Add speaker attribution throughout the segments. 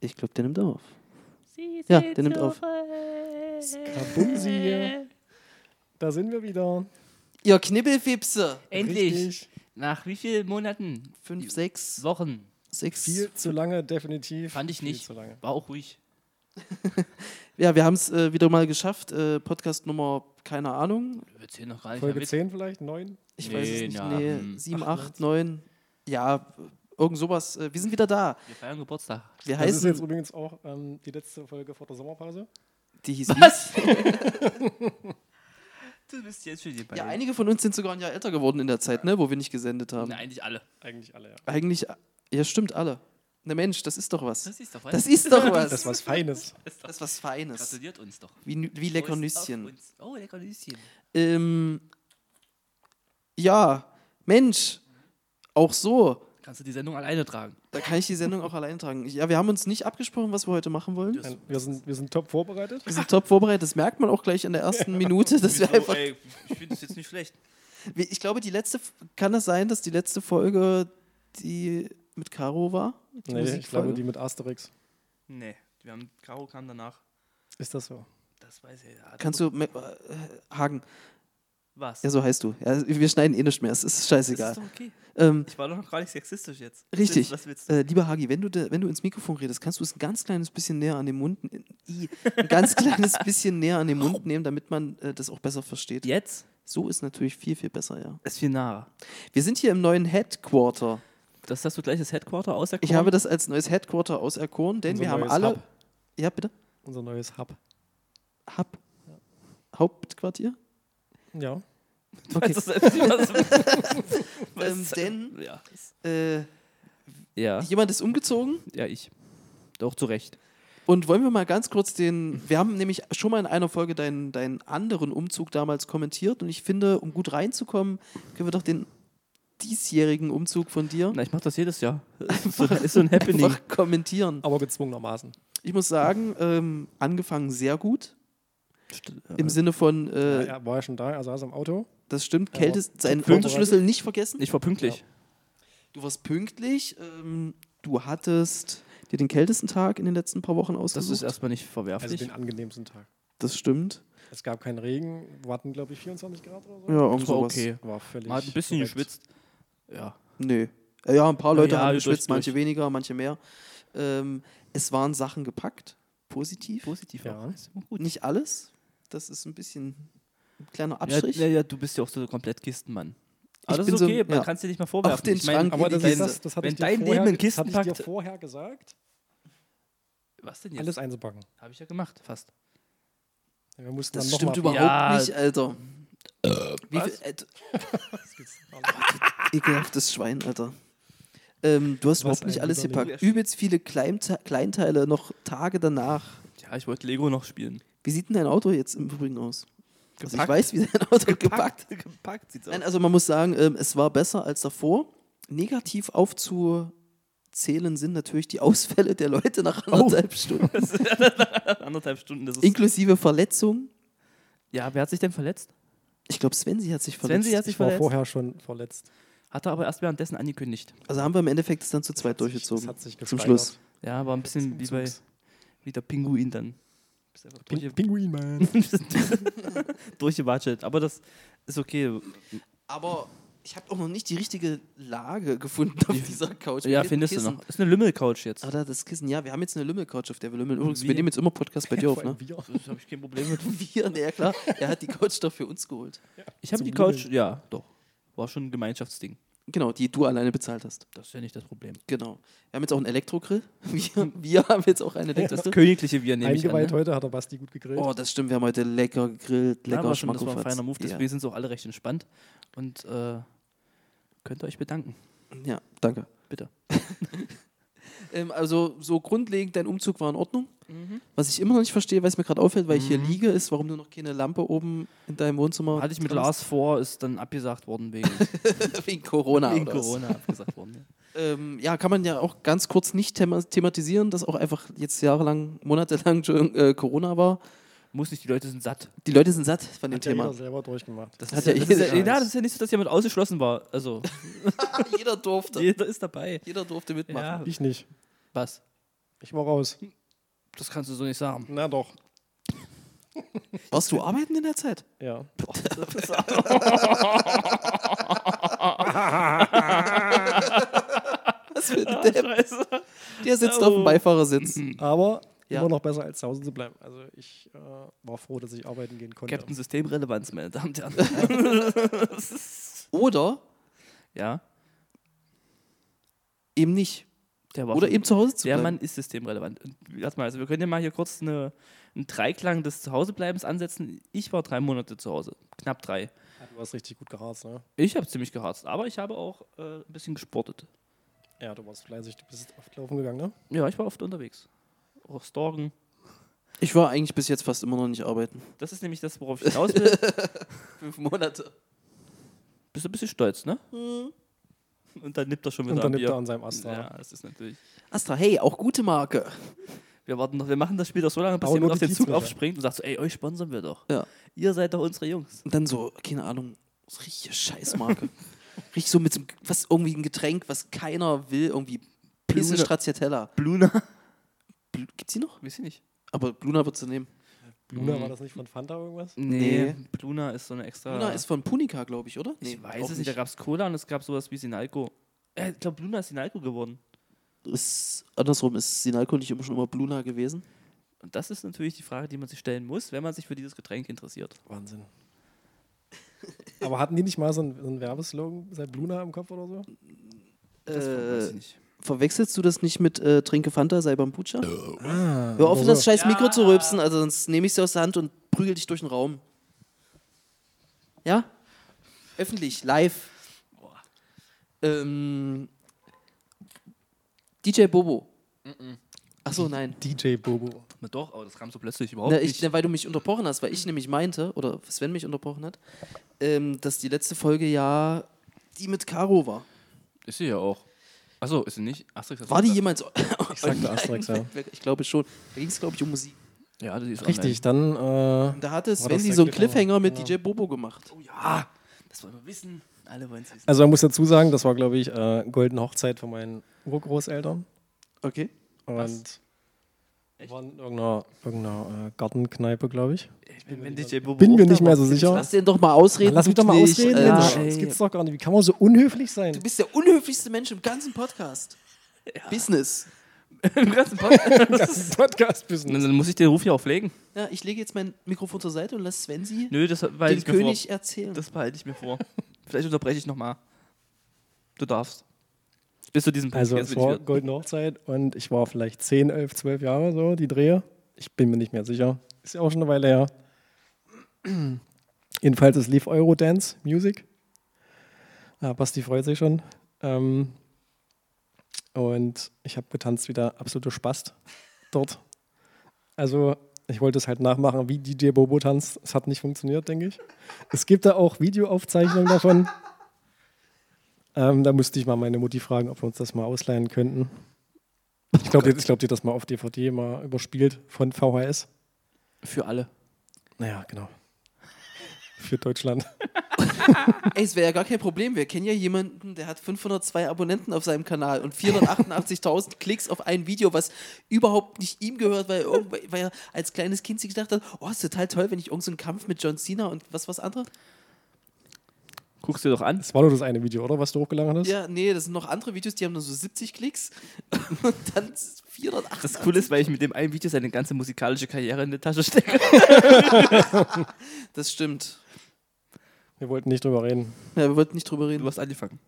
Speaker 1: Ich glaube, der nimmt auf.
Speaker 2: Sie
Speaker 1: Ja,
Speaker 2: sind
Speaker 1: der nimmt
Speaker 2: so
Speaker 1: auf.
Speaker 2: frei.
Speaker 3: Skabumsi. Da sind wir wieder.
Speaker 1: Ja, Knibbelfipse.
Speaker 2: Endlich.
Speaker 3: Richtig.
Speaker 2: Nach wie vielen Monaten?
Speaker 1: Fünf, sechs,
Speaker 2: Wochen.
Speaker 1: sechs.
Speaker 3: Viel zu lange, definitiv.
Speaker 2: Fand ich
Speaker 3: Viel
Speaker 2: nicht.
Speaker 3: Zu lange.
Speaker 2: War auch ruhig.
Speaker 1: Ja, wir haben es äh, wieder mal geschafft. Äh, Podcast Nummer, keine Ahnung.
Speaker 2: Wir zählen noch gar nicht
Speaker 3: Folge
Speaker 2: mehr mit.
Speaker 3: 10 vielleicht? 9?
Speaker 1: Ich
Speaker 2: Nee,
Speaker 1: weiß es nicht.
Speaker 2: na,
Speaker 1: nee,
Speaker 2: hm.
Speaker 1: sieben, acht, neun. Ja, irgend sowas. Äh, wir sind wieder da.
Speaker 2: Wir feiern Geburtstag.
Speaker 1: Wir
Speaker 3: Das ist jetzt
Speaker 1: heißen.
Speaker 3: übrigens auch ähm, die letzte Folge vor der Sommerpause.
Speaker 1: Die hieß
Speaker 2: Was? du bist jetzt für die
Speaker 1: Ja,
Speaker 2: beiden.
Speaker 1: einige von uns sind sogar ein Jahr älter geworden in der Zeit, ne, wo wir nicht gesendet haben.
Speaker 2: Na, eigentlich alle.
Speaker 3: Eigentlich alle, ja.
Speaker 1: Eigentlich, ja, stimmt, alle. Na Mensch, das ist doch was.
Speaker 2: Das ist doch was.
Speaker 1: Das ist doch was.
Speaker 3: Das ist was Feines.
Speaker 1: Das ist was Feines.
Speaker 2: Gratuliert uns doch.
Speaker 1: Wie, nü- wie lecker
Speaker 2: Prost auf
Speaker 1: Nüsschen.
Speaker 2: uns. Oh, lecker Nüsschen.
Speaker 1: Ähm, ja, Mensch, auch so.
Speaker 2: Kannst du die Sendung alleine tragen?
Speaker 1: Da kann ich die Sendung auch allein tragen. Ja, wir haben uns nicht abgesprochen, was wir heute machen wollen.
Speaker 2: Das-
Speaker 3: Wir sind, wir sind top vorbereitet.
Speaker 1: Wir sind top vorbereitet. Das merkt man auch gleich in der ersten Minute, dass wir einfach
Speaker 2: ey, ich finde das jetzt nicht schlecht.
Speaker 1: Wie- Ich glaube, die letzte, kann das sein, dass die letzte Folge die mit Caro war? Die
Speaker 3: Nee, ich glaube,
Speaker 1: Musikfolge?
Speaker 3: die mit Asterix.
Speaker 2: Nee, wir haben, Caro kam danach.
Speaker 3: Ist das so?
Speaker 2: Das weiß ich.
Speaker 1: Kannst du, me- äh, Hagen,
Speaker 2: Was?
Speaker 1: ja, so heißt du. Ja, wir schneiden eh nicht mehr, es ist scheißegal.
Speaker 2: Das ist doch okay.
Speaker 1: ähm,
Speaker 2: Ich war doch noch gar nicht sexistisch jetzt.
Speaker 1: Richtig.
Speaker 2: Was willst du?
Speaker 1: äh, lieber Hagi, wenn du, de, wenn du ins Mikrofon redest, kannst du es ein ganz kleines bisschen näher an den Mund, n- i, ein ganz kleines bisschen näher an den Mund nehmen, damit man äh, das auch besser versteht.
Speaker 2: Jetzt
Speaker 1: So ist natürlich viel, viel besser, ja.
Speaker 2: ist viel nahe.
Speaker 1: Wir sind hier im neuen Headquarter.
Speaker 2: Das hast du gleich das Headquarter auserkoren?
Speaker 1: Ich habe das als neues Headquarter auserkoren, denn
Speaker 3: Unser
Speaker 1: wir haben
Speaker 3: neues
Speaker 1: alle...
Speaker 3: Hub.
Speaker 1: Ja, bitte?
Speaker 3: Unser neues Hub.
Speaker 1: Hub. Hauptquartier?
Speaker 3: Ja.
Speaker 1: Okay.
Speaker 2: das selbst nicht, was,
Speaker 1: Ähm, denn-
Speaker 2: Ja.
Speaker 1: Äh,
Speaker 2: ja.
Speaker 1: jemand ist umgezogen
Speaker 2: Ja, ich. Doch, zu Recht.
Speaker 1: und wollen wir mal ganz kurz den. Wir haben nämlich schon mal in einer Folge deinen, deinen anderen Umzug damals kommentiert und ich finde, um gut reinzukommen, können wir doch den diesjährigen Umzug von dir
Speaker 2: Na, ich mache das jedes Jahr. Ist so, ist so ein Happening.
Speaker 1: Hm? einfach kommentieren.
Speaker 3: Aber gezwungenermaßen.
Speaker 1: Ich muss sagen, ähm, angefangen sehr gut. Im Sinne von, äh,
Speaker 3: er war ja schon da, er saß im Auto.
Speaker 1: das stimmt,
Speaker 3: Ja,
Speaker 1: Kälte, seinen
Speaker 3: vorbereitet.
Speaker 1: Autoschlüssel nicht vergessen.
Speaker 2: Ich war pünktlich.
Speaker 1: Du warst pünktlich, ähm, du hattest dir den kältesten Tag in den letzten paar Wochen
Speaker 2: Das
Speaker 1: ausgesucht.
Speaker 2: ist erstmal nicht
Speaker 3: Also
Speaker 2: verwerflich.
Speaker 3: den angenehmsten Tag.
Speaker 1: das stimmt.
Speaker 3: Es gab keinen Regen, warten, glaube ich, 24 Grad oder so.
Speaker 1: Ja, irgend
Speaker 2: das war
Speaker 1: sowas.
Speaker 2: okay.
Speaker 3: War völlig.
Speaker 2: Man hat ein bisschen
Speaker 3: korrekt.
Speaker 2: geschwitzt. Ja.
Speaker 1: Nö. Äh, Ja, ein paar Leute
Speaker 2: Ja,
Speaker 1: haben
Speaker 2: durch-
Speaker 1: geschwitzt, manche
Speaker 2: durch.
Speaker 1: weniger, manche mehr. Ähm, es waren Sachen gepackt, positiv.
Speaker 2: Positiv.
Speaker 3: Ja.
Speaker 2: auch. Ist immer gut.
Speaker 1: Nicht alles. Das ist ein bisschen ein kleiner
Speaker 2: Ja,
Speaker 1: Abstrich.
Speaker 2: ja, ja, du bist ja auch so komplett Kistenmann. Aber das
Speaker 1: bin
Speaker 2: ist
Speaker 1: so-
Speaker 2: okay, man
Speaker 1: ja.
Speaker 2: kann es dir nicht mal vorwerfen.
Speaker 1: Auf den
Speaker 2: ich mein,
Speaker 1: Schrank
Speaker 3: Aber
Speaker 1: Wie die
Speaker 3: das, ist
Speaker 1: Gänse.
Speaker 3: das, das hatte
Speaker 2: Wenn
Speaker 3: ich dir
Speaker 2: dein
Speaker 3: vorher,
Speaker 2: Leben in Kisten
Speaker 3: hatte ich
Speaker 2: packt-
Speaker 3: dir vorher gesagt,
Speaker 2: was denn jetzt?
Speaker 3: alles einzupacken.
Speaker 2: Habe ich ja gemacht, fast.
Speaker 3: Wir mussten
Speaker 1: das
Speaker 3: dann
Speaker 1: stimmt
Speaker 3: noch mal
Speaker 1: überhaupt
Speaker 2: Ja.
Speaker 1: nicht, Alter. Wie
Speaker 2: was?
Speaker 1: viel, äh, du-
Speaker 3: überhaupt.
Speaker 1: ekelhaftes Schwein, Alter. Ähm, du hast
Speaker 3: Was
Speaker 1: überhaupt nicht
Speaker 3: ein
Speaker 1: alles
Speaker 3: Überleben.
Speaker 1: gepackt. Übelst viele Kleinte Kleinteile noch Tage danach.
Speaker 2: Ja, ich wollte Lego noch spielen.
Speaker 1: Wie sieht denn dein Auto jetzt im Übrigen aus? Also ich
Speaker 2: Gepackt.
Speaker 1: weiß, wie dein Auto gepackt
Speaker 2: gepackt sieht's
Speaker 1: Nein, also man muss sagen, ähm, es war besser als davor. Negativ aufzuzählen sind natürlich die Ausfälle der Leute nach
Speaker 3: Oh,
Speaker 1: anderthalb Stunden,
Speaker 2: Anderthalb Stunden, Oh. das ist.
Speaker 1: inklusive Verletzungen.
Speaker 2: ja, wer hat sich denn verletzt?
Speaker 1: Ich glaube, Svensi hat sich verletzt.
Speaker 2: Svensi hat sich
Speaker 3: Ich war
Speaker 2: verletzt.
Speaker 3: vorher schon verletzt.
Speaker 2: Hat er aber erst währenddessen angekündigt.
Speaker 1: also haben wir im Endeffekt es dann zu zweit
Speaker 3: Das hat sich-
Speaker 1: durchgezogen.
Speaker 3: das hat sich
Speaker 1: zum
Speaker 3: gesteigert.
Speaker 1: Schluss.
Speaker 2: Ja, war ein bisschen wie bei wie der Pinguin dann. Bist einfach
Speaker 3: Pin-
Speaker 2: durchge-
Speaker 3: Pinguinmann.
Speaker 2: Durchgewatschelt. Aber das ist okay.
Speaker 1: Aber ich habe auch noch nicht die richtige Lage gefunden auf dieser Couch.
Speaker 2: Ja,
Speaker 1: Mit dem
Speaker 2: findest du
Speaker 1: Kissen.
Speaker 2: noch. Ist eine Lümmelcouch jetzt.
Speaker 1: Ah, da das Kissen. Ja, wir haben jetzt eine Lümmel-Couch, auf der wir lümmeln. Übrigens, wir
Speaker 2: Wir-
Speaker 1: nehmen jetzt immer Podcast bei dir auf, ne?
Speaker 3: Wir.
Speaker 2: Das habe ich kein Problem mit.
Speaker 1: Wir, na ja klar. Er hat die Couch doch für uns geholt.
Speaker 2: Ich habe
Speaker 3: Zum
Speaker 2: die Couch, ja, doch. War schon ein Gemeinschaftsding.
Speaker 1: Genau, die du alleine bezahlt hast.
Speaker 2: Das ist ja nicht das Problem.
Speaker 1: Genau. Wir haben jetzt auch einen Elektrogrill.
Speaker 2: Hm.
Speaker 1: Wir, wir haben jetzt auch einen
Speaker 2: Das
Speaker 1: Elektrogrill.
Speaker 2: königliche Bier nehme ich an.
Speaker 3: Eingeweiht
Speaker 2: Ne?
Speaker 3: heute hat der Basti gut gegrillt.
Speaker 1: Oh, das stimmt. Wir haben heute lecker gegrillt,
Speaker 2: Ja,
Speaker 1: lecker
Speaker 2: war schon, das war ein
Speaker 1: Schmackofatz.
Speaker 2: feiner Move, deswegen
Speaker 1: ja.
Speaker 2: sind sie auch alle recht entspannt. Und äh, könnt ihr euch bedanken.
Speaker 1: ja, danke.
Speaker 2: Bitte.
Speaker 1: Ähm, also so grundlegend, dein Umzug war in Ordnung. Was ich immer noch nicht verstehe, weil es mir gerade auffällt, weil ich hier liege, ist, warum du noch keine Lampe oben in deinem Wohnzimmer
Speaker 2: Mhm. Hatte ich mit
Speaker 1: dran hast.
Speaker 2: Lars vor, ist dann abgesagt worden wegen,
Speaker 1: wegen Corona.
Speaker 2: wegen
Speaker 1: oder was?
Speaker 2: Corona. Abgesagt worden, ja.
Speaker 1: Ähm, ja, kann man ja auch ganz kurz nicht thema thematisieren, dass auch einfach jetzt jahrelang, monatelang Entschuldigung, äh, Corona war.
Speaker 2: Muss nicht, die Leute sind satt.
Speaker 1: Die Leute sind satt von dem
Speaker 3: hat Ja
Speaker 1: Thema.
Speaker 3: jeder selber durchgemacht.
Speaker 1: Das hat ja eh
Speaker 2: das
Speaker 1: jeder,
Speaker 2: ist ja, ja, das ist ja nicht so, dass jemand ausgeschlossen war. Also,
Speaker 1: jeder durfte.
Speaker 2: jeder ist dabei.
Speaker 1: Jeder durfte mitmachen.
Speaker 2: Ja.
Speaker 3: ich nicht.
Speaker 2: Was?
Speaker 3: Ich war raus.
Speaker 2: Das kannst du so nicht sagen.
Speaker 1: Genau.
Speaker 3: Na doch.
Speaker 1: Warst du arbeiten in der Zeit?
Speaker 3: Ja.
Speaker 1: Was für ein Depp. Der sitzt auf dem Beifahrersitz.
Speaker 3: Aber
Speaker 1: Ja.
Speaker 3: immer noch besser als zu Hause zu bleiben. Also ich äh, war froh, dass ich arbeiten gehen konnte.
Speaker 2: Captain Systemrelevanz, meine Damen und Herren.
Speaker 1: Oder
Speaker 2: ja,
Speaker 1: eben nicht.
Speaker 2: der war
Speaker 1: Oder
Speaker 2: schon-
Speaker 1: eben zu Hause zu
Speaker 2: Der
Speaker 1: bleiben.
Speaker 2: Mann ist systemrelevant. Und Warte mal, also wir können ja mal hier kurz eine, einen Dreiklang des Zuhausebleibens ansetzen. Ich war drei Monate zu Hause, knapp drei.
Speaker 3: Ja, du warst richtig gut geharzt, ne?
Speaker 2: Ich habe ziemlich geharzt, aber ich habe auch äh, ein bisschen gesportet.
Speaker 3: Ja, du warst fleißig, du bist oft laufen gegangen, ne?
Speaker 2: Ja, ich war oft unterwegs. Auch stalken.
Speaker 1: ich war eigentlich bis jetzt fast immer noch nicht arbeiten.
Speaker 2: Das ist nämlich das, worauf ich hinaus will.
Speaker 1: Fünf Monate.
Speaker 2: Bist du ein bisschen stolz, ne?
Speaker 1: Hm.
Speaker 2: Und dann nippt er schon wieder
Speaker 3: Und dann
Speaker 2: am
Speaker 3: nippt
Speaker 2: Bier.
Speaker 3: er an seinem Ast.
Speaker 2: Ja, das ist natürlich.
Speaker 1: Astra, hey, auch gute Marke.
Speaker 2: Wir warten noch, wir machen das Spiel doch so lange, bis
Speaker 3: Aber
Speaker 2: jemand
Speaker 3: nur
Speaker 2: auf
Speaker 3: die
Speaker 2: den Zug
Speaker 3: Kiezmesser.
Speaker 2: aufspringt und sagt so, ey, euch sponsern wir doch.
Speaker 1: Ja.
Speaker 2: Ihr seid doch unsere Jungs.
Speaker 1: Und dann so, keine Ahnung, so richtige Scheißmarke. Riecht so mit so einem, was irgendwie ein Getränk, was keiner will, irgendwie Pisse
Speaker 2: Blune.
Speaker 1: Stracciatella.
Speaker 2: Bluna.
Speaker 1: Bl gibt's die noch?
Speaker 2: Weiß ich nicht.
Speaker 1: Aber Bluna wird sie nehmen.
Speaker 3: Luna,
Speaker 2: Mhm.
Speaker 3: war das nicht von Fanta irgendwas?
Speaker 2: Nee,
Speaker 1: Hm. Nee.
Speaker 2: Bluna ist so eine extra.
Speaker 1: Bluna ist von Punica, glaube ich, oder?
Speaker 2: Ah. ich weiß
Speaker 1: auch
Speaker 2: es nicht. Da gab es Cola und es gab sowas wie Sinalco. Äh, ich glaube, Bluna ist Sinalco geworden.
Speaker 1: Ist, andersrum, ist Sinalco nicht immer schon immer Bluna gewesen?
Speaker 2: Und das ist natürlich die Frage, die man sich stellen muss, wenn man sich für dieses Getränk interessiert.
Speaker 3: Wahnsinn. Aber hatten die nicht mal so einen, so einen Werbeslogan, seit Luna im Kopf oder so?
Speaker 2: Das weiß ich
Speaker 1: Äh,
Speaker 2: nicht.
Speaker 1: verwechselst du das nicht mit äh, Trinke Fanta, sei Bambucha?
Speaker 3: Ah,
Speaker 1: Hör auf,
Speaker 3: oder
Speaker 1: das
Speaker 3: so.
Speaker 1: scheiß Mikro zu rülpsen, also sonst nehme ich sie aus der Hand und prügel dich durch den Raum. Ja? Öffentlich, live. Ähm, DJ Bobo. Achso, nein.
Speaker 3: DJ Bobo.
Speaker 2: Na doch, aber das kam so plötzlich überhaupt
Speaker 1: Na, Ne, ich,
Speaker 2: nicht.
Speaker 1: na, weil du mich unterbrochen hast, weil ich nämlich meinte, oder Sven mich unterbrochen hat, ähm, dass die letzte Folge ja die mit Caro war.
Speaker 2: Ist sie ja auch. Achso, ist sie nicht? Astrid hast du
Speaker 1: War die
Speaker 2: gesagt.
Speaker 1: jemals?
Speaker 3: Ich sagte Asterix, ja.
Speaker 1: Ich glaube schon. Da ging es, glaube ich, um Musik.
Speaker 2: Ja, die ist
Speaker 3: Richtig, dann. Äh,
Speaker 1: Und da hatte Sven
Speaker 3: das
Speaker 1: sie
Speaker 3: der
Speaker 1: so einen
Speaker 3: Cliffhanger?
Speaker 1: Cliffhanger mit
Speaker 3: Genau.
Speaker 1: DJ Bobo gemacht.
Speaker 2: Online. Oh ja, das wollen wir wissen. Alle wollen es wissen.
Speaker 3: also, man muss dazu sagen, das war, glaube ich, äh, Golden Hochzeit von meinen Urgroßeltern.
Speaker 1: Okay.
Speaker 3: Und. Waren in irgendeiner, irgendeiner äh, Gartenkneipe, glaube ich.
Speaker 2: Ich bin, wenn DJ Bobo
Speaker 3: Bin mir
Speaker 2: auch
Speaker 3: nicht
Speaker 2: da
Speaker 3: mehr
Speaker 2: war,
Speaker 3: so
Speaker 2: bin ich
Speaker 3: sicher.
Speaker 1: Lass den doch mal ausreden.
Speaker 3: Lass mich doch mal
Speaker 1: du Knilch.
Speaker 3: ausreden,
Speaker 1: Äh,
Speaker 3: Mensch.
Speaker 2: ey.
Speaker 3: Das gibt's doch gar nicht. Wie kann man so unhöflich sein?
Speaker 1: Du bist der unhöflichste Mensch im ganzen Podcast. Business.
Speaker 2: Im ganzen Podcast.
Speaker 3: Podcast
Speaker 2: Na, dann muss ich den Ruf ja auch pflegen.
Speaker 1: Ja, ich lege jetzt mein Mikrofon zur Seite und lass Sven sie
Speaker 2: Nö, das behalte
Speaker 1: den
Speaker 2: ich mir
Speaker 1: König
Speaker 2: vor.
Speaker 1: erzählen.
Speaker 2: Das behalte ich mir vor. Vielleicht unterbreche ich nochmal. Du darfst. Bis zu diesem Punkt.
Speaker 3: Also
Speaker 2: jetzt
Speaker 3: es
Speaker 2: bin ich
Speaker 3: war
Speaker 2: wieder-
Speaker 3: Goldene Hochzeit und ich war vielleicht 10, 11, 12 Jahre so, die Drehe. Ich bin mir nicht mehr sicher. Ist ja auch schon eine Weile her. Jedenfalls, es lief Eurodance Music. Ja, Basti freut sich schon. Ähm, und ich habe getanzt wie der absolute Spast dort. Also ich wollte es halt nachmachen, wie DJ Bobo tanzt. Es hat nicht funktioniert, denke ich. Es gibt da auch Videoaufzeichnungen davon. Ähm, da müsste ich mal meine Mutti fragen, ob wir uns das mal ausleihen könnten. Ich glaube, ich glaub, die hat das mal auf DVD mal überspielt von VHS.
Speaker 2: Für alle.
Speaker 3: Naja, genau. Für Deutschland.
Speaker 1: Ey, es wäre ja gar kein Problem. Wir kennen ja jemanden, der hat 502 Abonnenten auf seinem Kanal und 488.000 Klicks auf ein Video, was überhaupt nicht ihm gehört, weil, irgendw- weil er als kleines Kind sich gedacht hat, oh, ist total toll, wenn ich irgendeinen so einen Kampf mit John Cena und was was andere?
Speaker 2: Guckst dir doch an.
Speaker 3: Das war nur das eine Video, oder? Was du hochgeladen hast?
Speaker 1: Ja, nee, das sind noch andere Videos, die haben dann so 70 Klicks und dann 488.
Speaker 2: Das Coole ist, weil ich mit dem einen Video seine ganze musikalische Karriere in die Tasche stecke.
Speaker 1: Das stimmt.
Speaker 3: Wir wollten nicht drüber reden.
Speaker 1: Ja, wir wollten nicht drüber
Speaker 2: Du
Speaker 1: reden.
Speaker 2: hast angefangen.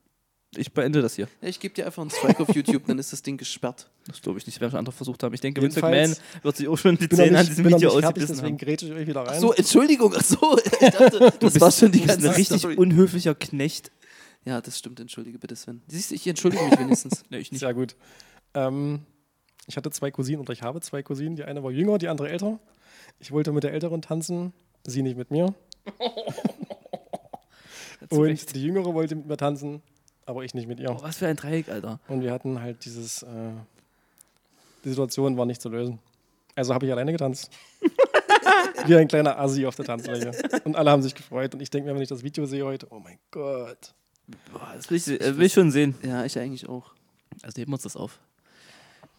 Speaker 2: Ich beende das hier.
Speaker 1: Ja, ich gebe dir einfach einen Strike auf YouTube, dann ist das Ding gesperrt.
Speaker 2: Das glaube ich nicht, werden schon andere versucht haben. Ich denke, Vince McMahon
Speaker 3: Jedenfalls-
Speaker 2: wird sich auch schon die
Speaker 3: Ich bin noch
Speaker 2: Zähne an
Speaker 3: nicht,
Speaker 2: diesem
Speaker 3: bin noch
Speaker 2: Video
Speaker 3: nicht fertig,
Speaker 2: ausgebissen
Speaker 3: deswegen
Speaker 2: haben.
Speaker 3: grätsche ich euch wieder rein.
Speaker 1: Ach so, Entschuldigung, ach so. Ich dachte, das war schon die
Speaker 2: Du bist
Speaker 1: ganze
Speaker 2: ein richtig
Speaker 1: Story.
Speaker 2: unhöflicher Knecht.
Speaker 1: Ja, das stimmt. Entschuldige bitte, Sven. Siehst du, ich entschuldige mich wenigstens.
Speaker 2: Nee, ich nicht.
Speaker 3: Sehr gut. Ähm, ich hatte zwei Cousinen oder ich habe zwei Cousinen. Die eine war jünger, die andere älter. Ich wollte mit der Älteren tanzen, sie nicht mit mir.
Speaker 2: Zu
Speaker 3: Und
Speaker 2: Recht.
Speaker 3: die Jüngere wollte mit mir tanzen, aber ich nicht mit ihr.
Speaker 2: Oh, was für ein Dreieck, Alter.
Speaker 3: Und wir hatten halt dieses, äh, die Situation war nicht zu lösen. Also habe ich alleine getanzt. Wie ein kleiner Assi auf der Tanzfläche. Und alle haben sich gefreut. Und ich denke mir, wenn ich das Video sehe heute, oh mein Gott.
Speaker 2: Ah, Boah, das will ich, äh, will ich schon sehen.
Speaker 1: Ja, ich eigentlich auch.
Speaker 2: Also heben wir uns das auf.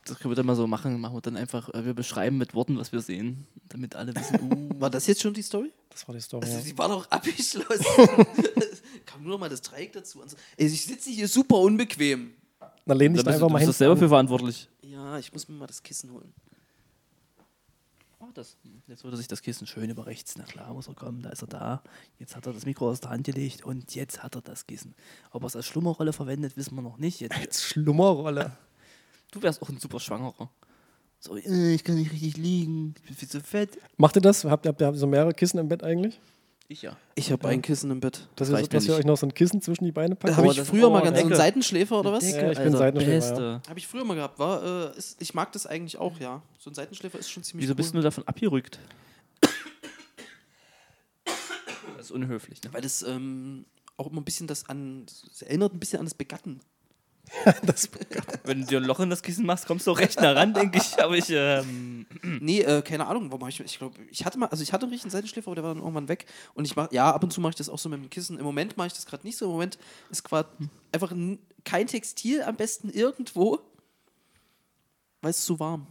Speaker 2: Das können wir dann mal so machen. Machen wir dann einfach, äh, wir beschreiben mit Worten, was wir sehen, damit alle wissen, uh,
Speaker 1: War das jetzt schon die Story?
Speaker 3: Das war die Story.
Speaker 1: Also,
Speaker 3: ja.
Speaker 1: die war doch abgeschlossen. Kam nur noch mal das Dreieck dazu. Ansonsten- Ey, ich sitze hier super unbequem.
Speaker 3: Na, lehn dich
Speaker 2: da bist
Speaker 3: da
Speaker 2: du,
Speaker 3: einfach
Speaker 2: du
Speaker 3: mal
Speaker 2: bist
Speaker 3: hin.
Speaker 2: das selber für verantwortlich.
Speaker 1: Ja, ich muss mir mal das Kissen holen.
Speaker 2: Oh, das. Jetzt würde sich das Kissen schön über rechts. Na klar, muss er kommen, da ist er da. Jetzt hat er das Mikro aus der Hand gelegt und jetzt hat er das Kissen. Ob er es als Schlummerrolle verwendet, wissen wir noch nicht. Jetzt,
Speaker 3: Als Schlummerrolle.
Speaker 2: du wärst auch ein super Schwangerer. So, äh, ich kann nicht richtig liegen, ich bin viel zu fett.
Speaker 3: Macht ihr das? Habt ihr, habt ihr so mehrere Kissen im Bett eigentlich?
Speaker 2: Ich ja.
Speaker 1: Ich habe ein Kissen im Bett.
Speaker 3: Dass, ihr, so,
Speaker 2: Reicht mir
Speaker 3: dass ihr
Speaker 2: nicht.
Speaker 3: euch noch so ein Kissen zwischen die Beine packt?
Speaker 1: Habe
Speaker 2: Aber
Speaker 1: ich
Speaker 2: das-
Speaker 1: früher
Speaker 2: oh,
Speaker 1: mal ganz so
Speaker 2: Decke.
Speaker 1: einen Seitenschläfer oder was?
Speaker 3: Decke. Ja, ich bin
Speaker 2: Alter,
Speaker 3: Seitenschläfer,
Speaker 2: Beste.
Speaker 1: Habe ich früher mal gehabt. War, äh, ist, ich mag das eigentlich auch, ja. So ein Seitenschläfer ist schon ziemlich
Speaker 2: Wieso
Speaker 1: cool.
Speaker 2: bist du davon abgerückt? Das ist unhöflich, ne?
Speaker 1: Weil das ähm, auch immer ein bisschen das an. Es erinnert ein bisschen an das Begatten.
Speaker 3: Das,
Speaker 2: Wenn du dir ein Loch in das Kissen machst, kommst du auch recht nah ran, denke ich. Aber ich, ähm,
Speaker 1: Nee, äh, keine Ahnung, warum hab ich. Ich glaube, ich hatte mal, also ich hatte einen richtigen Seitenschläfer, aber der war dann irgendwann weg. Und ich mache, ja, ab und zu mache ich das auch so mit dem Kissen. Im Moment mache ich das gerade nicht so. Im Moment ist gerade
Speaker 3: Hm.
Speaker 1: einfach n- kein Textil am besten irgendwo, weil es zu warm.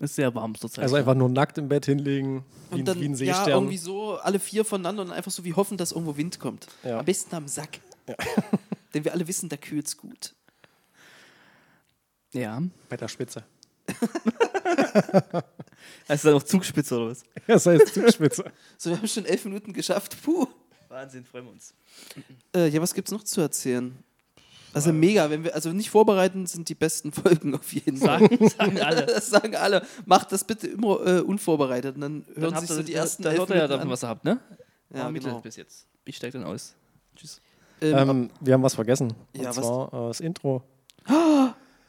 Speaker 2: ist sehr warm zurzeit.
Speaker 3: also einfach nur nackt im Bett hinlegen, wie,
Speaker 1: Und
Speaker 3: ein-
Speaker 1: dann
Speaker 3: wie ein
Speaker 1: ja,
Speaker 3: Seestern.
Speaker 1: irgendwie so alle vier voneinander und einfach so wie hoffen, dass irgendwo Wind kommt.
Speaker 3: Ja.
Speaker 1: Am besten am Sack. Denn wir alle wissen, da kühlt's gut.
Speaker 2: ja.
Speaker 3: Bei der Spitze.
Speaker 2: Also dann auch Zugspitze oder was?
Speaker 3: Das heißt Zugspitze.
Speaker 1: So, wir haben schon elf Minuten geschafft. Puh.
Speaker 2: Wahnsinn, freuen wir uns.
Speaker 1: Äh, ja, was gibt's noch zu erzählen? Also
Speaker 3: Äh.
Speaker 1: mega, wenn wir also nicht vorbereiten, sind die besten Folgen auf jeden Fall.
Speaker 2: Sagen, sagen alle.
Speaker 1: Das sagen alle. Macht das bitte immer äh, unvorbereitet. Und dann hören
Speaker 2: habt
Speaker 1: sich
Speaker 2: ihr-
Speaker 1: so die ersten
Speaker 2: Dann
Speaker 1: elf
Speaker 2: hört ihr ja
Speaker 1: Minuten
Speaker 2: davon,
Speaker 1: an.
Speaker 2: was ihr habt, ne?
Speaker 1: Ja,
Speaker 2: War Mittel
Speaker 1: genau.
Speaker 2: bis jetzt. Ich steig dann aus. Tschüss.
Speaker 1: Ähm,
Speaker 3: Ähm, wir haben was vergessen.
Speaker 1: Ja,
Speaker 3: Und
Speaker 1: was-
Speaker 3: zwar äh, das Intro.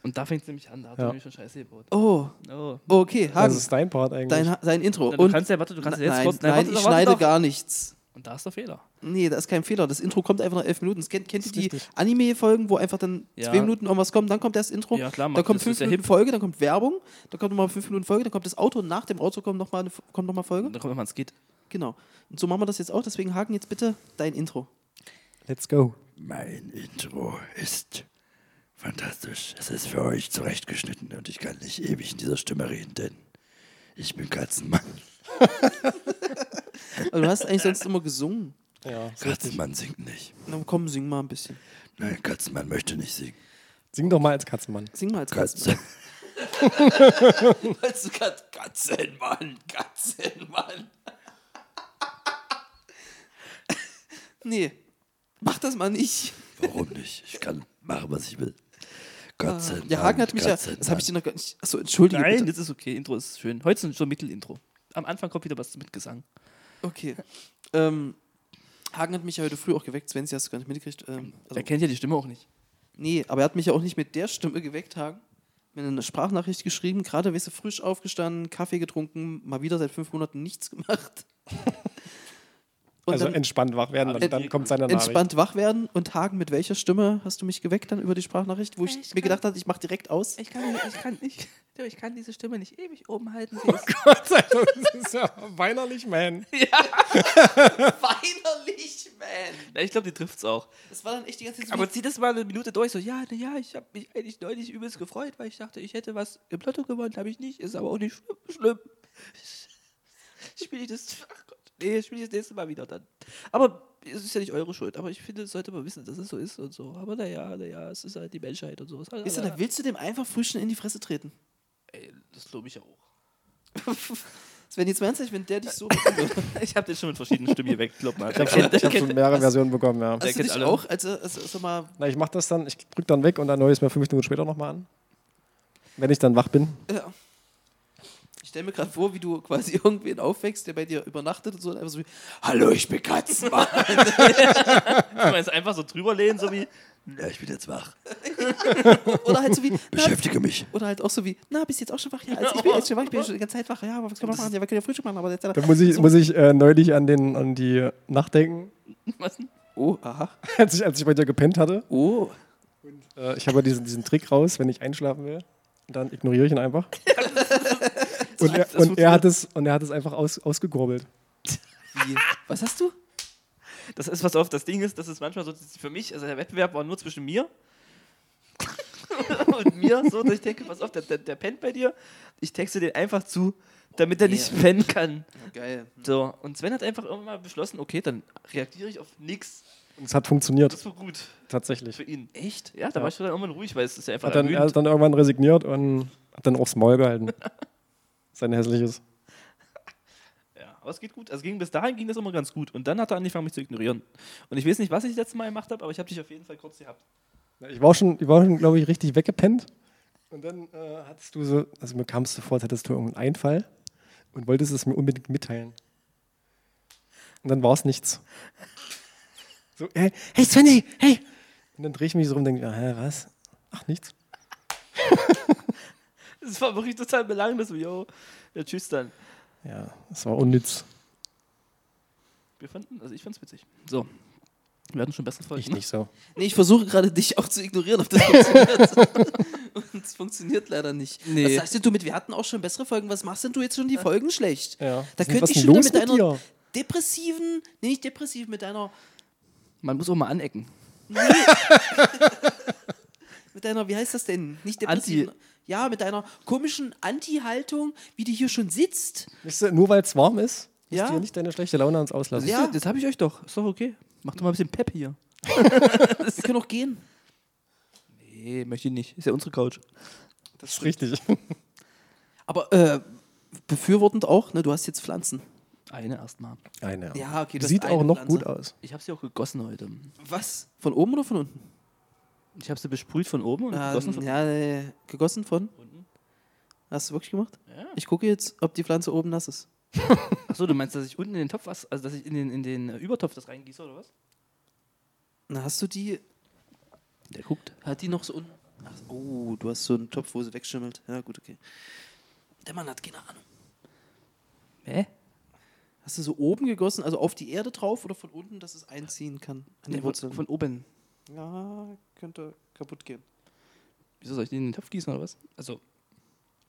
Speaker 2: Und da fängt es nämlich an, da hat
Speaker 3: Ja.
Speaker 2: er nämlich schon Scheiße gebaut.
Speaker 1: oh,
Speaker 2: Oh.
Speaker 1: okay, Hagen,
Speaker 3: Das ist dein Part eigentlich.
Speaker 1: Ah, dein, Ha- dein Intro.
Speaker 2: Na, Du
Speaker 1: Und
Speaker 2: kannst ja, warte, du kannst ja jetzt
Speaker 1: nein,
Speaker 2: kurz.
Speaker 1: nein,
Speaker 2: warte
Speaker 1: ich
Speaker 2: doch, warte
Speaker 1: schneide
Speaker 2: doch.
Speaker 1: gar nichts.
Speaker 2: Und da ist der Fehler.
Speaker 1: Nee, da ist kein Fehler. Das Intro kommt einfach nach elf Minuten. Das kennt, kennt ihr
Speaker 3: Ist
Speaker 1: die
Speaker 3: richtig.
Speaker 1: Anime-Folgen, wo einfach dann
Speaker 2: Ja.
Speaker 1: zwei Minuten irgendwas kommt, dann kommt das Intro,
Speaker 2: Ja, klar,
Speaker 1: dann
Speaker 2: macht-
Speaker 1: kommt
Speaker 2: das
Speaker 1: fünf
Speaker 2: ist ja
Speaker 1: Minuten
Speaker 2: hip.
Speaker 1: Folge, dann kommt Werbung, dann kommt nochmal fünf Minuten Folge, dann kommt das Auto und nach dem Auto kommt nochmal eine, kommt noch mal Folge.
Speaker 2: Und dann kommt nochmal ein Skit.
Speaker 1: Genau. Und so machen wir das jetzt auch. Deswegen Haken jetzt bitte dein Intro.
Speaker 3: Let's go.
Speaker 4: Mein Intro ist fantastisch. Es ist für euch zurechtgeschnitten und ich kann nicht ewig in dieser Stimme reden, denn ich bin Katzenmann.
Speaker 1: Aber Also, du hast eigentlich sonst immer gesungen.
Speaker 3: Ja, ist richtig.
Speaker 4: Katzenmann singt nicht.
Speaker 1: Na komm, sing mal ein bisschen.
Speaker 4: Nein, Katzenmann möchte nicht singen.
Speaker 3: Sing doch mal als Katzenmann.
Speaker 1: Sing mal als Katze.
Speaker 4: Katze.
Speaker 1: Als Kat Katzenmann, Katzenmann. nee, mach das mal nicht.
Speaker 4: Warum nicht? Ich kann machen, was ich will. Katzenmann.
Speaker 1: Ah, Ja, Hagen hat mich ja. Das habe ich dir noch gar nicht. Achso, entschuldige.
Speaker 2: Nein,
Speaker 1: Bitte.
Speaker 2: das ist okay. Intro ist schön. Heute ist schon so ein Mittelintro. Am Anfang kommt wieder was mit Gesang.
Speaker 1: Okay. Ähm, Hagen hat mich ja heute früh auch geweckt. Svenzi hast du gar nicht mitgekriegt. Ähm, also,
Speaker 2: Er kennt ja die Stimme auch nicht.
Speaker 1: Nee, aber er hat mich ja auch nicht mit der Stimme geweckt, Hagen. Mir eine Sprachnachricht geschrieben, gerade wärst du frisch aufgestanden, Kaffee getrunken, mal wieder seit fünf Monaten nichts gemacht. Und
Speaker 3: Also
Speaker 1: dann
Speaker 3: entspannt wach werden, dann,
Speaker 1: Ent-
Speaker 3: dann kommt seine Nachricht.
Speaker 1: entspannt wach werden und Hagen, mit welcher Stimme hast du mich geweckt dann über die Sprachnachricht, wo ich, mir gedacht hatte, ich mach direkt aus.
Speaker 2: Ich kann, ich kann nicht. Ich kann diese Stimme nicht ewig oben halten. Sie ist
Speaker 3: Gott sei Dank, das ist ja weinerlich, man.
Speaker 1: Weinerlich, man!
Speaker 2: Ja, ich glaube, die trifft's auch.
Speaker 1: Das war dann echt die ganze Zeit so
Speaker 2: Aber zieh das mal eine Minute durch, so, ja, na ja, ich habe mich eigentlich neulich übelst gefreut, weil ich dachte, ich hätte was im Lotto gewonnen, habe ich nicht, ist aber auch nicht schlimm. schlimm. Spiele ich das, ach Gott, nee, spiele ich das nächste Mal wieder dann. Aber es ist ja nicht eure Schuld, aber ich finde, das sollte man wissen, dass es so ist und so. Aber naja, naja, es ist halt die Menschheit und sowas.
Speaker 1: wie, Weißt du, da willst du dem einfach früh schon in die Fresse treten.
Speaker 2: Ey, das glaube ich ja auch.
Speaker 1: Sven, jetzt mal ernsthaft, wenn der dich so... Hast
Speaker 2: Ich habe den schon mit verschiedenen Stimmen geweckt, glaub mal.
Speaker 3: Ich habe schon mehrere Versionen bekommen, ja.
Speaker 2: Der
Speaker 1: du
Speaker 2: kennt
Speaker 1: dich
Speaker 2: alle.
Speaker 1: auch, als er, als er als er mal
Speaker 3: Na, ich mach das dann, ich drück dann weg und dann höre ich es mir fünf Minuten später nochmal an. Wenn ich dann wach bin.
Speaker 1: Ja. Ich stelle mir gerade vor, wie du quasi irgendwen aufwächst, der bei dir übernachtet und so und einfach so wie, Hallo, ich bin Katzenmann.
Speaker 2: jetzt einfach so drüberlehnen, so wie,
Speaker 4: Ja, ich bin jetzt wach.
Speaker 1: oder halt so wie, na,
Speaker 4: Beschäftige mich.
Speaker 1: oder halt auch so wie, na, bist du jetzt auch schon wach? Ja, also ich bin jetzt schon wach, ich bin schon die ganze Zeit wach. Ja, aber was kann man machen? Ja, wir können ja Frühstück machen, aber jetzt.
Speaker 3: Da muss ich, muss ich äh, neulich an, den, an die Nacht denken,
Speaker 2: was denn?
Speaker 1: Oh, aha.
Speaker 3: als ich, als ich bei dir gepennt hatte.
Speaker 1: Oh.
Speaker 3: Äh, ich habe ja diesen, diesen Trick raus, wenn ich einschlafen will, dann ignoriere ich ihn einfach. und, er, und, er hat es, und er hat es einfach aus, ausgekurbelt.
Speaker 1: Wie? Was hast du?
Speaker 2: Das ist, pass auf, das Ding ist, das ist manchmal so, für mich, also der Wettbewerb war nur zwischen mir und mir so, dass ich denke, pass auf, der, der, der pennt bei dir. Ich texte den einfach zu, damit er nicht pennen kann.
Speaker 1: Geil.
Speaker 2: So, und Sven hat einfach irgendwann mal beschlossen, okay, dann reagiere ich auf nichts.
Speaker 3: Und es hat
Speaker 2: Das
Speaker 3: funktioniert,
Speaker 2: war gut
Speaker 3: tatsächlich.
Speaker 2: für ihn. Echt? Ja, da war ich dann irgendwann ruhig, weil es ist ja einfach
Speaker 3: Hat dann, er
Speaker 2: ermüdend.
Speaker 3: hat dann irgendwann resigniert und hat dann auch Small gehalten. Sein hässliches.
Speaker 2: Ja, aber es geht gut. Also ging, bis dahin ging das immer ganz gut. Und dann hat er angefangen, mich zu ignorieren. Und ich weiß nicht, was ich letztes Mal gemacht habe, aber ich habe dich auf jeden Fall kurz gehabt.
Speaker 3: Ich war schon, ich war schon glaube ich, richtig weggepennt. Und dann äh, hattest du so, also mir kam es sofort, hattest du irgendeinen Einfall und wolltest es mir unbedingt mitteilen. Und dann war es nichts. So, hey, hey Svenny, hey! Und dann drehe ich mich so rum und denke, ja, hä, was? Ach, nichts.
Speaker 2: Es war wirklich total belanglos. Yo, ja, tschüss dann.
Speaker 3: Ja, es war unnütz.
Speaker 2: Wir fanden, also ich fand's witzig. So. Wir hatten schon ne? bessere Folgen.
Speaker 3: Ich nicht so.
Speaker 1: Nee, ich versuche gerade dich auch zu ignorieren, ob das funktioniert. Und es funktioniert leider nicht.
Speaker 2: Nee.
Speaker 1: Was sagst denn du mit, wir hatten auch schon bessere Folgen, was machst denn du jetzt schon die Folgen schlecht? Da
Speaker 3: Ja. Was ist denn- was
Speaker 1: könnte ich
Speaker 3: ist
Speaker 1: schon wieder
Speaker 3: los
Speaker 1: mit
Speaker 3: mit
Speaker 1: einer
Speaker 3: dir?
Speaker 1: depressiven, nee, nicht depressiv, mit einer,
Speaker 2: Man muss auch mal anecken.
Speaker 1: mit einer, wie heißt das denn? Nicht
Speaker 2: Anti-
Speaker 1: depressiven. Ja, mit einer komischen Anti-Haltung, wie die hier schon sitzt.
Speaker 3: Weißt du, nur weil es warm ist, musst
Speaker 1: Ja.
Speaker 3: du ja nicht deine schlechte Laune ans Auslassen.
Speaker 1: Ja.
Speaker 2: Ja, das habe ich euch doch. Ist doch okay. Macht doch mal ein bisschen Pep hier.
Speaker 1: Wir können auch gehen.
Speaker 2: Nee, möchte ich nicht. Ist ja unsere Couch.
Speaker 3: Das ist richtig.
Speaker 1: Aber äh, befürwortend auch, ne, du hast jetzt Pflanzen.
Speaker 2: Eine erstmal.
Speaker 3: Eine.
Speaker 1: Ja, okay, das
Speaker 3: Ah, genau. Sieht
Speaker 1: ist eine
Speaker 3: auch noch
Speaker 1: Pflanze.
Speaker 3: gut aus.
Speaker 2: Ich habe sie auch gegossen heute.
Speaker 1: Was? Von oben oder von unten?
Speaker 2: Ich habe sie besprüht von oben und
Speaker 1: Ähm,
Speaker 2: gegossen von
Speaker 1: ja, nee, gegossen von?
Speaker 2: unten.
Speaker 1: Hast du wirklich gemacht?
Speaker 2: Ja.
Speaker 1: Ich gucke jetzt, ob die Pflanze oben nass ist.
Speaker 2: Achso, du meinst, dass ich unten in den Topf was, also dass ich in den, in den äh, Übertopf das reingieße oder was?
Speaker 1: Na, hast du die.
Speaker 2: Der guckt.
Speaker 1: Hat die noch so unten. Ach, oh, du hast so einen Topf, wo sie wegschimmelt. Ja, gut, okay. Der Mann hat keine Ahnung.
Speaker 2: Hä?
Speaker 1: Hast du so oben gegossen, also auf die Erde drauf oder von unten, dass es einziehen kann? An
Speaker 2: Nee,
Speaker 1: den
Speaker 2: von,
Speaker 1: Wurzeln.
Speaker 2: von oben.
Speaker 1: ja, könnte kaputt gehen.
Speaker 2: Wieso soll ich den in den Topf gießen oder was? Also,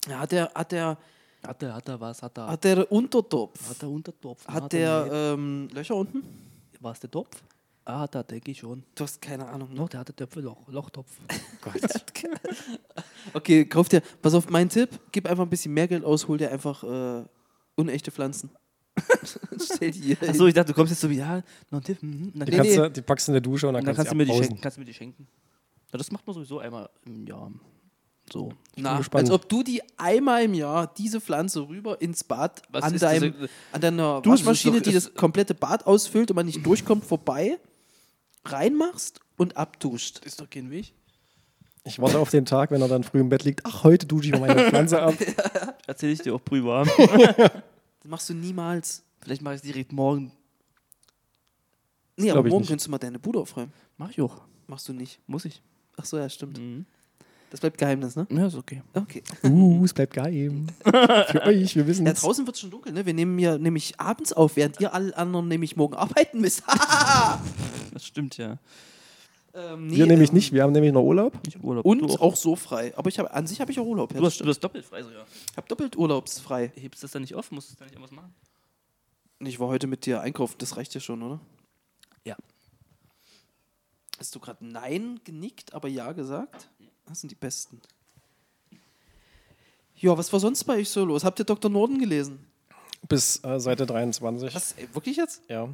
Speaker 1: Ja, hat der, hat der,
Speaker 2: hat er, hat er was, hat er.
Speaker 1: hat der Untertopf.
Speaker 2: Hat der Untertopf?
Speaker 1: Hat
Speaker 2: nicht.
Speaker 1: der äh, ähm, Löcher unten?
Speaker 2: War es der Topf? Ah, da denke ich schon.
Speaker 1: Du hast keine Ahnung. Ne?
Speaker 2: Noch, der hatte Töpfelloch, Lochtopf.
Speaker 1: Okay, kauf dir. Pass auf, mein Tipp: gib einfach ein bisschen mehr Geld aus, hol dir einfach äh, unechte Pflanzen. Stell die hier.
Speaker 2: Achso, ich dachte, du kommst jetzt so wie, ja, noch ein Tipp. Mhm. Na,
Speaker 3: Die,
Speaker 2: nee,
Speaker 3: kannst
Speaker 2: nee.
Speaker 3: Du, die packst du in der Dusche und dann,
Speaker 2: Und dann kannst du mir die
Speaker 3: abpausen.
Speaker 2: schenken. Kannst du mir die schenken. Na, das macht man sowieso einmal im Jahr. So.
Speaker 1: Na,
Speaker 3: gespannt.
Speaker 1: als ob du die einmal im Jahr diese Pflanze rüber ins Bad
Speaker 2: Was
Speaker 1: an,
Speaker 2: ist
Speaker 1: deinem,
Speaker 2: diese- äh,
Speaker 1: an deiner
Speaker 2: Du, das ist
Speaker 1: Waschmaschine,
Speaker 2: doch-
Speaker 1: die das komplette Bad ausfüllt und man nicht durchkommt, vorbei reinmachst und abduscht.
Speaker 2: Ist doch kein Weg.
Speaker 3: Ich warte auf den Tag, wenn er dann früh im Bett liegt. Ach, heute dusche ich meine Pflanze ab.
Speaker 2: Erzähle ich dir auch privat.
Speaker 1: Das machst du niemals.
Speaker 2: Vielleicht mache ich es direkt morgen.
Speaker 1: Nee, aber
Speaker 3: glaub ich
Speaker 1: morgen
Speaker 3: nicht.
Speaker 1: könntest du mal deine Bude aufräumen.
Speaker 2: Mach ich auch.
Speaker 1: Machst du nicht.
Speaker 2: Muss ich.
Speaker 1: Ach so, ja, stimmt.
Speaker 2: Mhm.
Speaker 1: Das bleibt Geheimnis, ne?
Speaker 2: Ja, ist okay.
Speaker 1: Okay.
Speaker 3: Uh, es bleibt geheim. Für euch, wir wissen
Speaker 1: Ja,
Speaker 3: es.
Speaker 1: draußen wird es schon dunkel, ne? Wir nehmen ja nämlich abends auf, während ihr alle anderen nämlich morgen arbeiten müsst.
Speaker 2: Das stimmt ja.
Speaker 1: ähm, nee,
Speaker 3: Wir nämlich
Speaker 1: ähm,
Speaker 3: nicht, wir haben nämlich noch Urlaub.
Speaker 2: Ich hab Urlaub.
Speaker 1: Und
Speaker 2: du
Speaker 1: auch.
Speaker 2: auch.
Speaker 1: so frei. Aber ich hab, an sich habe ich auch Urlaub. Ja,
Speaker 2: Du
Speaker 1: das
Speaker 2: hast, du
Speaker 1: stimmt.
Speaker 2: hast doppelt frei sogar.
Speaker 1: ich habe doppelt urlaubsfrei.
Speaker 2: Hebst das dann nicht auf? Musst du da nicht irgendwas machen?
Speaker 1: Ich war heute mit dir einkaufen, das reicht ja schon, oder?
Speaker 2: Ja.
Speaker 1: Hast du gerade Nein genickt, aber Ja gesagt? Das sind die Besten. Ja, was war sonst bei euch so los? Habt ihr Dr. Norden gelesen?
Speaker 3: Bis äh, Seite 23.
Speaker 1: Was, ey, wirklich jetzt?
Speaker 3: Ja.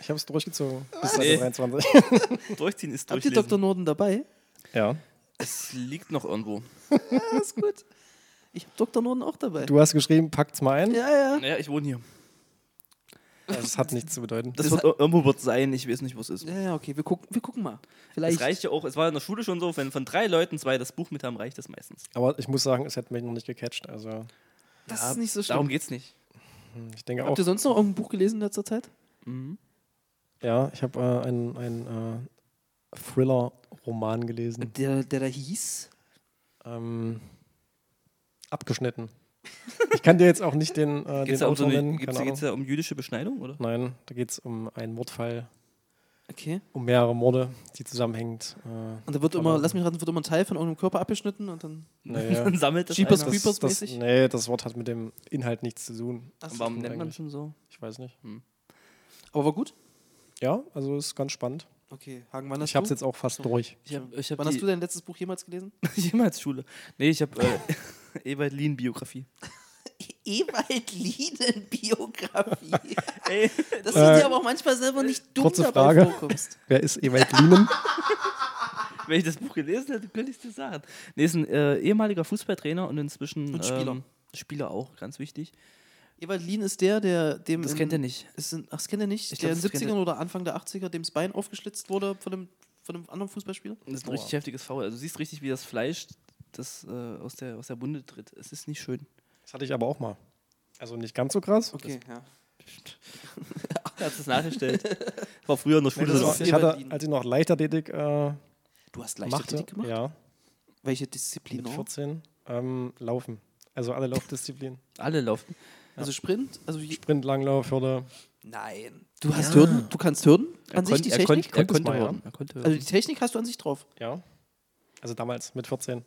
Speaker 3: Ich habe es durchgezogen. Bis Seite
Speaker 2: Nee.
Speaker 3: 23.
Speaker 2: Durchziehen ist
Speaker 1: Habt ihr
Speaker 2: durchlesen.
Speaker 1: Dr. Norden dabei?
Speaker 3: ja.
Speaker 2: Es liegt noch irgendwo.
Speaker 1: Ja, ist gut. Ich habe Dr. Norden auch dabei.
Speaker 3: Du hast geschrieben, packt's mal ein.
Speaker 1: Ja, ja.
Speaker 2: Naja, ich wohne hier.
Speaker 3: Also, es hat nichts zu bedeuten.
Speaker 2: Das wird, irgendwo wird sein, ich weiß nicht, wo es ist.
Speaker 1: Ja, ja, okay, wir gucken, wir gucken mal.
Speaker 2: Es
Speaker 1: Vielleicht.
Speaker 2: reicht ja auch, es war in der Schule schon so, wenn von drei Leuten zwei das Buch mit haben, reicht das meistens.
Speaker 3: Aber ich muss sagen, es hat mich noch nicht gecatcht. Also,
Speaker 1: Das ist nicht so
Speaker 2: Darum
Speaker 1: schlimm.
Speaker 2: geht's nicht.
Speaker 3: ich denke auch.
Speaker 1: Habt ihr sonst noch irgendein Buch gelesen in letzter Zeit?
Speaker 3: Ja, ich habe äh, einen ein, äh, Thriller-Roman gelesen.
Speaker 1: Der, der da hieß.
Speaker 3: Ähm, abgeschnitten. Ich kann dir jetzt auch nicht den, äh, den
Speaker 2: Geht's da um so
Speaker 3: Autor
Speaker 2: eine,
Speaker 3: nennen.
Speaker 2: geht's,
Speaker 3: keine
Speaker 2: da- geht's
Speaker 3: Ahnung.
Speaker 2: da um jüdische Beschneidung, oder?
Speaker 3: Nein, da geht es um einen Mordfall,
Speaker 1: Okay.
Speaker 3: um mehrere Morde, die zusammenhängend. Äh,
Speaker 1: Und da wird immer,
Speaker 3: verlaufen.
Speaker 1: lass mich raten, wird immer ein Teil von irgendeinem Körper abgeschnitten und dann.
Speaker 3: Naja.
Speaker 2: Dann sammelt das
Speaker 1: Jeepers
Speaker 2: einer.
Speaker 1: Creep-
Speaker 3: das, das,
Speaker 1: Creepers-mäßig?
Speaker 3: nee, das Wort hat mit dem Inhalt nichts zu tun.
Speaker 1: Ach so.
Speaker 2: Warum
Speaker 3: Eigentlich.
Speaker 2: nennt man schon so?
Speaker 3: Ich weiß nicht.
Speaker 1: Aber war gut.
Speaker 3: Ja, also ist ganz spannend.
Speaker 1: Okay, Hagen, wann hast
Speaker 3: Ich habe es
Speaker 1: du?
Speaker 3: jetzt auch
Speaker 2: Hm.
Speaker 3: fast durch.
Speaker 2: Ich hab, ich hab
Speaker 1: Wann hast du dein letztes Buch jemals gelesen?
Speaker 2: jemals Schule? Nee, ich habe äh, Ewald Lien Biografie.
Speaker 1: Ewald Lienen-Biografie.
Speaker 2: Ey,
Speaker 1: Dass
Speaker 3: Äh,
Speaker 1: du dir aber auch manchmal selber nicht dumm
Speaker 3: kurze
Speaker 1: dabei
Speaker 3: Frage.
Speaker 1: vorkommst.
Speaker 3: Wer ist Ewald Lienen?
Speaker 2: wenn ich das Buch gelesen hätte, könnte ich es dir sagen. Nee, ist ein äh, ehemaliger Fußballtrainer und inzwischen
Speaker 1: Und Spieler.
Speaker 2: Ähm, Spieler auch, ganz wichtig.
Speaker 1: Ewald Lien ist der, der dem.
Speaker 2: Das
Speaker 1: in-
Speaker 2: kennt er nicht.
Speaker 1: Ist in, ach, das kennt er nicht.
Speaker 2: Ich
Speaker 1: der
Speaker 2: glaub,
Speaker 1: in
Speaker 2: das
Speaker 1: den
Speaker 2: kennt er-
Speaker 1: 70ern oder Anfang der 80er dem das Bein aufgeschlitzt wurde von einem, von einem anderen Fußballspieler.
Speaker 2: Das ist ein
Speaker 3: Boah.
Speaker 2: richtig heftiges Foul. Also du siehst richtig, wie das Fleisch das, äh, aus, der, aus der Bunde tritt. Es ist nicht schön.
Speaker 3: Das hatte ich aber auch mal. Also nicht ganz so krass.
Speaker 1: Okay, ja.
Speaker 2: Er hat es nachgestellt. War früher in der
Speaker 3: Nee,
Speaker 2: Schule.
Speaker 3: das
Speaker 2: so.
Speaker 3: war, ich
Speaker 1: Ewald
Speaker 3: hatte,
Speaker 1: Lienen.
Speaker 3: als ich noch Leichtathletik äh,
Speaker 1: Du hast
Speaker 3: machte,
Speaker 1: Leichtathletik gemacht?
Speaker 3: ja,
Speaker 1: Welche
Speaker 3: mit
Speaker 1: Disziplin? auch?
Speaker 3: 14, ähm, Laufen. Also alle Laufdisziplinen.
Speaker 2: Alle laufen.
Speaker 1: Also Sprint? Also je,
Speaker 3: Sprint, Langlauf, Hürde.
Speaker 1: nein. Du hast Hürden? Du kannst Hürden? An sich
Speaker 2: konnt-
Speaker 1: die
Speaker 2: er, konnt-
Speaker 1: Technik?
Speaker 2: er
Speaker 3: Konntest
Speaker 2: konnte
Speaker 3: mal, ja.
Speaker 2: hören. Er konnte hören.
Speaker 1: Also die Technik hast du an sich drauf.
Speaker 3: Ja. Also damals mit 14.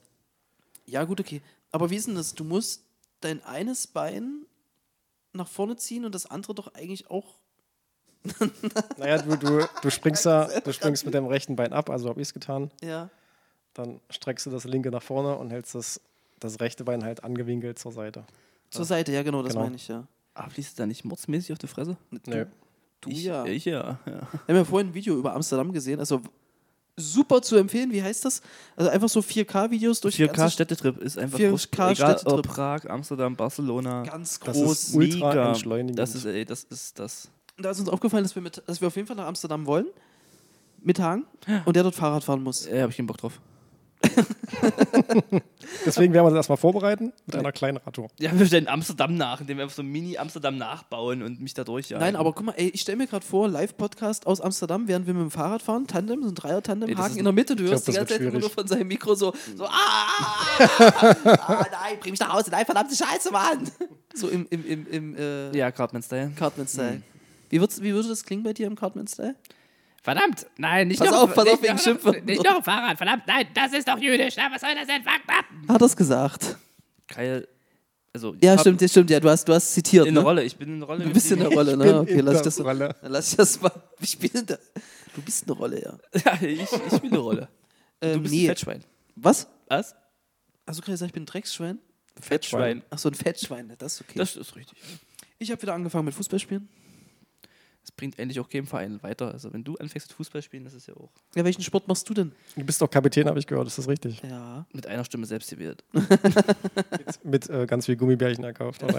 Speaker 1: Ja, gut, okay. Aber wie ist denn das? Du musst dein eines Bein nach vorne ziehen und das andere doch eigentlich auch.
Speaker 3: Naja, du, du, du springst da, du springst mit deinem rechten Bein ab, also habe ich es getan.
Speaker 1: Ja.
Speaker 3: Dann streckst du das linke nach vorne und hältst das, das rechte Bein halt angewinkelt zur Seite.
Speaker 1: Zur Seite, ja, genau, das
Speaker 3: Genau.
Speaker 1: meine ich, ja.
Speaker 2: Ach, liest du da nicht mordsmäßig auf die Fresse?
Speaker 3: Nö.
Speaker 1: Du
Speaker 2: ich,
Speaker 1: ja.
Speaker 2: Ich ja. ja.
Speaker 1: Wir haben ja vorhin ein Video über Amsterdam gesehen, also super zu empfehlen. Wie heißt das? Also einfach so 4K-Videos durch die
Speaker 2: 4K
Speaker 1: ganze
Speaker 2: Städtetrip ist einfach
Speaker 1: 4K
Speaker 2: groß. Egal, ob
Speaker 1: Städtetrip.
Speaker 2: Prag, Amsterdam, Barcelona.
Speaker 1: Stadt- ganz
Speaker 3: Das
Speaker 1: groß.
Speaker 3: ist ultra
Speaker 2: mega.
Speaker 3: entschleunigend.
Speaker 2: Das ist, ey, das ist das.
Speaker 1: Und da ist uns aufgefallen, dass wir, mit, dass wir auf jeden Fall nach Amsterdam wollen. Mit Hagen und der dort Fahrrad fahren muss.
Speaker 2: Äh, hab ich keinen Bock drauf.
Speaker 3: Deswegen werden wir das erstmal vorbereiten mit einer kleinen Radtour.
Speaker 2: Ja, wir stellen Amsterdam nach, indem wir einfach so ein Mini-Amsterdam nachbauen und mich da durchjagen.
Speaker 1: Nein, aber guck mal, ey, ich stelle mir gerade vor, Live-Podcast aus Amsterdam, während wir mit dem Fahrrad fahren, Tandem, so ein Dreier-Tandem,
Speaker 2: Ey, das
Speaker 1: Haken
Speaker 2: ist-
Speaker 1: in der Mitte, du
Speaker 3: glaub,
Speaker 1: hörst die
Speaker 3: das
Speaker 1: ganze
Speaker 3: wird
Speaker 1: Zeit immer nur
Speaker 3: schwierig.
Speaker 1: von seinem Mikro so,
Speaker 5: Mhm.
Speaker 1: so ah, ah, nein, bring mich nach Hause, nein, verdammte Scheiße, Mann. So im, im, im, im äh,
Speaker 2: Ja, Cartman-Style.
Speaker 5: Mhm.
Speaker 1: Cartman-Style. Wie, würd's- wie würde das klingen bei dir im Cartman-Style?
Speaker 5: Verdammt, nein, nicht
Speaker 1: Pass
Speaker 5: noch,
Speaker 1: auf, pass
Speaker 5: nicht
Speaker 1: auf, wegen
Speaker 5: noch,
Speaker 1: Schimpfwörtern.
Speaker 5: Nicht noch ein Fahrrad, verdammt, nein, das ist doch jüdisch, na, was soll das denn? Fuck ab!
Speaker 1: Hat das gesagt.
Speaker 2: Kyle. Also, ich
Speaker 1: Ja,
Speaker 2: hab-
Speaker 1: stimmt, ja, stimmt, ja, du hast, du hast zitiert.
Speaker 2: In
Speaker 1: ne?
Speaker 2: der Rolle, ich bin in der Rolle.
Speaker 1: Du bist in der Rolle, ne?
Speaker 3: bin
Speaker 1: Okay,
Speaker 3: in
Speaker 1: lass ich
Speaker 3: der
Speaker 1: das,
Speaker 3: Rolle.
Speaker 1: Dann lass ich das mal. Ich bin in der, du bist eine Rolle, ja.
Speaker 2: ja, ich, ich bin eine Rolle.
Speaker 1: Ähm,
Speaker 2: Du Äh, bist ein
Speaker 1: nee.
Speaker 2: Fettschwein.
Speaker 1: Was?
Speaker 2: Was?
Speaker 1: Hast du gerade gesagt, ich bin ein Drecksschwein?
Speaker 2: Fettschwein.
Speaker 1: Ach so, ein Fettschwein, ne? das ist okay.
Speaker 2: Das ist richtig.
Speaker 1: ich habe wieder angefangen mit Fußballspielen.
Speaker 2: Das bringt endlich auch keinem Verein weiter. Also, wenn du anfängst mit Fußball spielen, das ist ja auch
Speaker 1: Ja, welchen Sport machst du denn?
Speaker 3: Du bist doch Kapitän, habe ich gehört, ist das richtig?
Speaker 1: Ja.
Speaker 2: mit einer Stimme selbst gewählt.
Speaker 3: Mit äh, ganz viel Gummibärchen erkauft. Oder?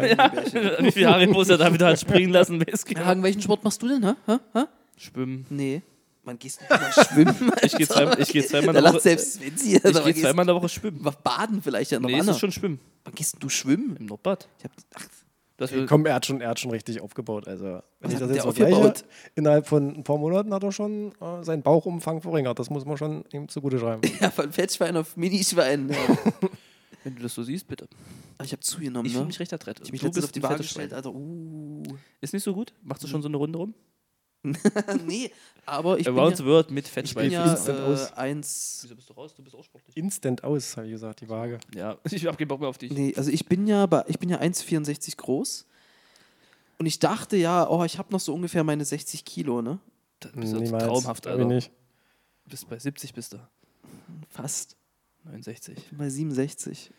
Speaker 2: Wie viele Haare muss er da wieder hat springen lassen? Wer ist
Speaker 1: Hagen, welchen Sport machst du denn, hä? hä? hä?
Speaker 2: Schwimmen.
Speaker 1: Nee. Man gehst nicht mal schwimmen.
Speaker 2: Ich gehe zwei, ich geh zweimal
Speaker 1: da
Speaker 2: in der
Speaker 1: lacht
Speaker 2: Woche.
Speaker 1: selbst Vinci.
Speaker 2: Ich
Speaker 1: Also,
Speaker 2: gehe
Speaker 1: wann gehst-
Speaker 2: zweimal in der Woche schwimmen.
Speaker 1: Baden vielleicht ja noch
Speaker 2: Nee, es
Speaker 1: anders.
Speaker 2: ist schon Schwimmen.
Speaker 1: Wann gehst denn du schwimmen?
Speaker 2: Im Nordbad.
Speaker 1: Ich hab, ach,
Speaker 2: Du hast mir-
Speaker 3: Äh, Komm, er hat, schon, er hat schon richtig aufgebaut. Also, wenn ich
Speaker 1: Äh, hat
Speaker 3: das
Speaker 1: denn
Speaker 3: jetzt
Speaker 1: der
Speaker 3: so vergleiche,
Speaker 1: aufgebaut?
Speaker 3: innerhalb von ein paar Monaten hat er schon äh, seinen Bauchumfang verringert. Das muss man schon ihm zugute schreiben.
Speaker 1: ja, von Fettschwein auf Minischwein. Ja.
Speaker 2: Wenn du das so siehst, bitte.
Speaker 1: Aber ich habe zugenommen,
Speaker 2: Ich
Speaker 1: ne?
Speaker 2: fühle mich recht adrett.
Speaker 1: Ich hab mich
Speaker 2: Du
Speaker 1: letztens
Speaker 2: bist
Speaker 1: auf die
Speaker 2: ein
Speaker 1: Waage
Speaker 2: fettes Schwein.
Speaker 1: gestellt, Alter. Uh.
Speaker 2: Ist nicht so gut? Machst du schon so eine Runde rum?
Speaker 1: nee, aber ich
Speaker 2: Around the
Speaker 1: bin
Speaker 2: World mit
Speaker 1: ja, ich bin
Speaker 2: Fettschwein.
Speaker 1: ja
Speaker 3: instant aus.
Speaker 1: äh, eins.
Speaker 2: Wieso bist du raus? Du bist auch sportlich.
Speaker 3: Instant aus, habe ich gesagt, die Waage.
Speaker 2: Ja, ich hab keinen Bock mehr auf dich.
Speaker 1: Nee, also ich bin ja bei, ich bin ja 1,64 groß. Und ich dachte ja, oh, ich habe noch so ungefähr meine 60 Kilo, ne?
Speaker 2: Das ist
Speaker 3: Niemals.
Speaker 2: traumhaft,
Speaker 3: Glaub ich
Speaker 2: Alter.
Speaker 3: Nicht.
Speaker 2: Bist bei 70 bist du.
Speaker 1: Fast.
Speaker 2: 69.
Speaker 1: Bei 67.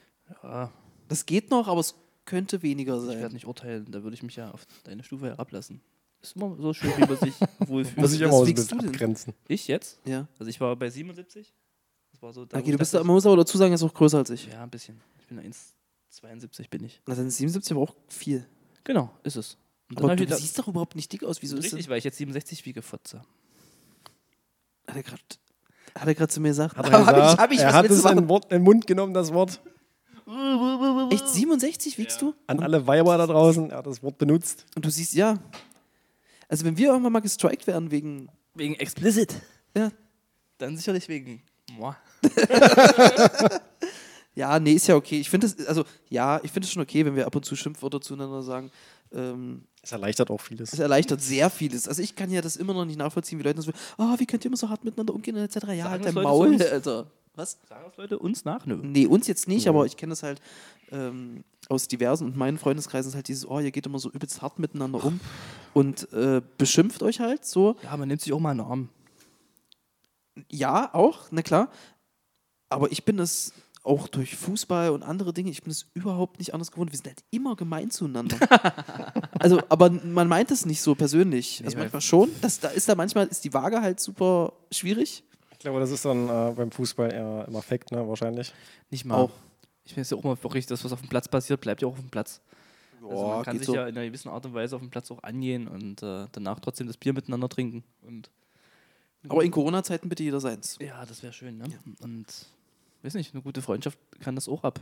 Speaker 2: Ja,
Speaker 1: Das geht noch, aber es könnte weniger
Speaker 2: ich werde
Speaker 1: sein.
Speaker 2: nicht urteilen. Da würde ich mich ja auf deine Stufe herablassen. Ist immer so schön, wie man sich wohlfühlt.
Speaker 3: Muss ich
Speaker 1: Was
Speaker 3: immer aus ein
Speaker 1: wiegst du
Speaker 3: bisschen
Speaker 1: denn?
Speaker 3: abgrenzen.
Speaker 2: Ich jetzt?
Speaker 1: Ja.
Speaker 2: Also ich war bei 77. Das war so da, wo
Speaker 1: Okay,
Speaker 2: ich
Speaker 1: du bist,
Speaker 2: dachte,
Speaker 1: da- man muss aber dazu sagen, er ist auch größer als ich.
Speaker 2: Ja, ein bisschen. Ich bin 1,72 bin ich.
Speaker 1: Na, dann ist 77 aber auch viel.
Speaker 2: Genau, ist es. Und
Speaker 1: Aber
Speaker 2: hab
Speaker 1: du
Speaker 2: ich da-
Speaker 1: siehst doch überhaupt nicht dick aus. Wieso ist
Speaker 2: richtig,
Speaker 1: denn,
Speaker 2: weil ich jetzt 67 wiege, Fotze.
Speaker 1: hat er gerade hat er grad zu mir gesagt?
Speaker 3: Hat
Speaker 1: Aber
Speaker 3: er
Speaker 1: hab
Speaker 3: gesagt,
Speaker 1: ich, hab ich,
Speaker 3: er
Speaker 1: was
Speaker 3: hat
Speaker 1: willst
Speaker 3: es
Speaker 1: du
Speaker 3: in
Speaker 1: machen?
Speaker 3: Wort, in den Mund genommen, das Wort.
Speaker 1: Echt 67 wiegst du?
Speaker 3: An alle Weiber da draußen, er hat das Wort benutzt.
Speaker 1: Und du siehst, ja. Also wenn wir irgendwann mal gestrikt werden wegen.
Speaker 2: Wegen explicit.
Speaker 1: Ja.
Speaker 2: Dann sicherlich wegen. Mua.
Speaker 1: Ja, nee, ist ja okay. Ich finde es, also ja, ich finde es schon okay, wenn wir ab und zu Schimpfwörter zueinander sagen. Ähm,
Speaker 3: Es erleichtert auch
Speaker 1: es
Speaker 3: vieles.
Speaker 1: erleichtert sehr vieles. Also ich kann ja das immer noch nicht nachvollziehen, wie Leute so, ah, wie könnt ihr immer so hart miteinander umgehen und etc. Ja,
Speaker 2: Sagen
Speaker 1: halt
Speaker 2: das
Speaker 1: dein
Speaker 2: Leute
Speaker 1: Maul,
Speaker 2: sonst?
Speaker 1: Alter. Was?
Speaker 2: Sagen das Leute uns nach? Nö.
Speaker 1: Nee, uns jetzt nicht, aber ich kenne das halt ähm, aus diversen und meinen Freundeskreisen ist halt dieses, oh, ihr geht immer so übelst hart miteinander um und äh, beschimpft euch halt so.
Speaker 2: Ja, man nimmt sich auch mal einen Arm.
Speaker 1: ja, auch, na klar. Aber ich bin das auch durch Fußball und andere Dinge, ich bin es überhaupt nicht anders gewohnt. Wir sind halt immer gemein zueinander. also, aber man meint es nicht so persönlich. Also
Speaker 3: weil-
Speaker 1: manchmal schon. Das, da ist da manchmal ist die Waage halt super schwierig.
Speaker 3: Ich glaube, das ist dann äh, beim Fußball eher im Affekt, ne, wahrscheinlich.
Speaker 2: Nicht mal.
Speaker 1: Auch.
Speaker 2: Ich finde es ja auch mal wirklich, das, was auf dem Platz passiert, bleibt ja auch auf dem Platz. Also
Speaker 1: Boah,
Speaker 2: man kann
Speaker 1: geht
Speaker 2: sich
Speaker 1: so.
Speaker 2: ja in einer gewissen Art und Weise auf dem Platz auch angehen und äh, danach trotzdem das Bier miteinander trinken. Und
Speaker 1: Aber in Corona-Zeiten bitte jeder seins.
Speaker 2: ja, das wäre schön, ne? Und weiß nicht, eine gute Freundschaft kann das auch ab.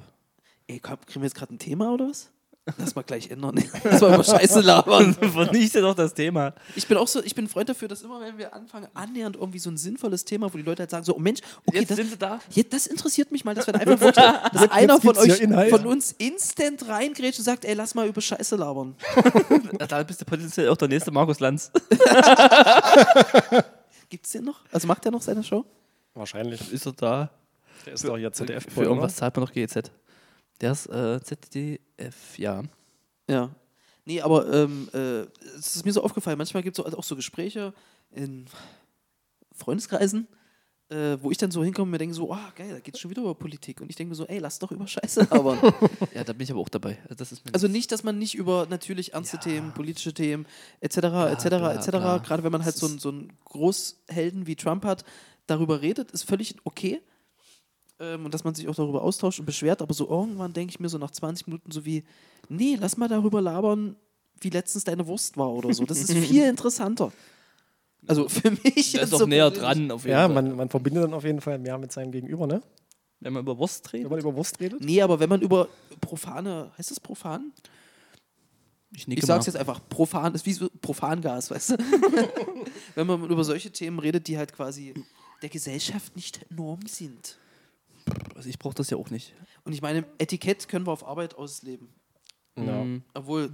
Speaker 1: Ey, komm, kriegen wir jetzt gerade ein Thema oder was? Lass mal gleich ändern. Lass mal über Scheiße labern.
Speaker 2: Vernichtet doch das Thema.
Speaker 1: Ich bin auch so, ich bin ein Freund dafür, dass immer, wenn wir anfangen, annähernd irgendwie so ein sinnvolles Thema, wo die Leute halt sagen, so, oh Mensch, okay,
Speaker 2: Jetzt
Speaker 1: das,
Speaker 2: sind sie da.
Speaker 1: Ja, das interessiert mich mal, dass wir da einfach vorstellen, dass einer von
Speaker 3: gibt's hier
Speaker 1: euch,
Speaker 3: Inhalt.
Speaker 1: von uns instant reingrätscht und sagt, ey, lass mal über Scheiße labern.
Speaker 2: Da bist du potenziell auch der nächste Markus Lanz.
Speaker 1: Gibt's den noch? Also macht der noch seine Show?
Speaker 3: Wahrscheinlich.
Speaker 2: Ist er da?
Speaker 3: Der ist doch jetzt ZDF.
Speaker 2: Für irgendwas zahlt man doch GEZ. Der ist äh, ZDF, ja.
Speaker 1: Ja. Nee, aber ähm, äh, es ist mir so aufgefallen, manchmal gibt es auch so Gespräche in Freundeskreisen, äh, wo ich dann so hinkomme und mir denke so, ah, geil, da geht's schon wieder über Politik. Und ich denke mir so, ey, lass doch über Scheiße labern.
Speaker 2: Ja, da bin ich aber auch dabei. Also Das ist mir
Speaker 1: Also nicht, dass man nicht über natürlich ernste Themen, politische Themen etc. etc.
Speaker 2: bla,
Speaker 1: etc.
Speaker 2: bla.
Speaker 1: Gerade wenn man halt so einen so einen Großhelden wie Trump hat, darüber redet, ist völlig okay. Ähm, und dass man sich auch darüber austauscht und beschwert, aber so irgendwann denke ich mir so nach 20 Minuten so wie, nee, lass mal darüber labern, wie letztens deine Wurst war oder so. Das ist viel interessanter. Also für mich
Speaker 2: Das
Speaker 1: jetzt
Speaker 2: ist doch
Speaker 1: so
Speaker 2: näher
Speaker 1: persönlich.
Speaker 2: dran, auf jeden
Speaker 3: Ja,
Speaker 2: Fall.
Speaker 3: man, man verbindet dann auf jeden Fall mehr mit seinem Gegenüber, ne?
Speaker 2: Wenn man über Wurst
Speaker 3: Wenn
Speaker 2: redet.
Speaker 3: man über Wurst redet.
Speaker 1: Nee, aber wenn man über profane, heißt das profan?
Speaker 2: nicke
Speaker 1: Ich sag's
Speaker 2: mal.
Speaker 1: jetzt einfach, profan ist wie so Profangas, weißt du? Wenn man über solche Themen redet, die halt quasi der Gesellschaft nicht norm sind.
Speaker 2: Also ich brauche das ja auch nicht.
Speaker 1: Und ich meine, Etikett können wir auf Arbeit ausleben.
Speaker 2: Mhm.
Speaker 1: Obwohl,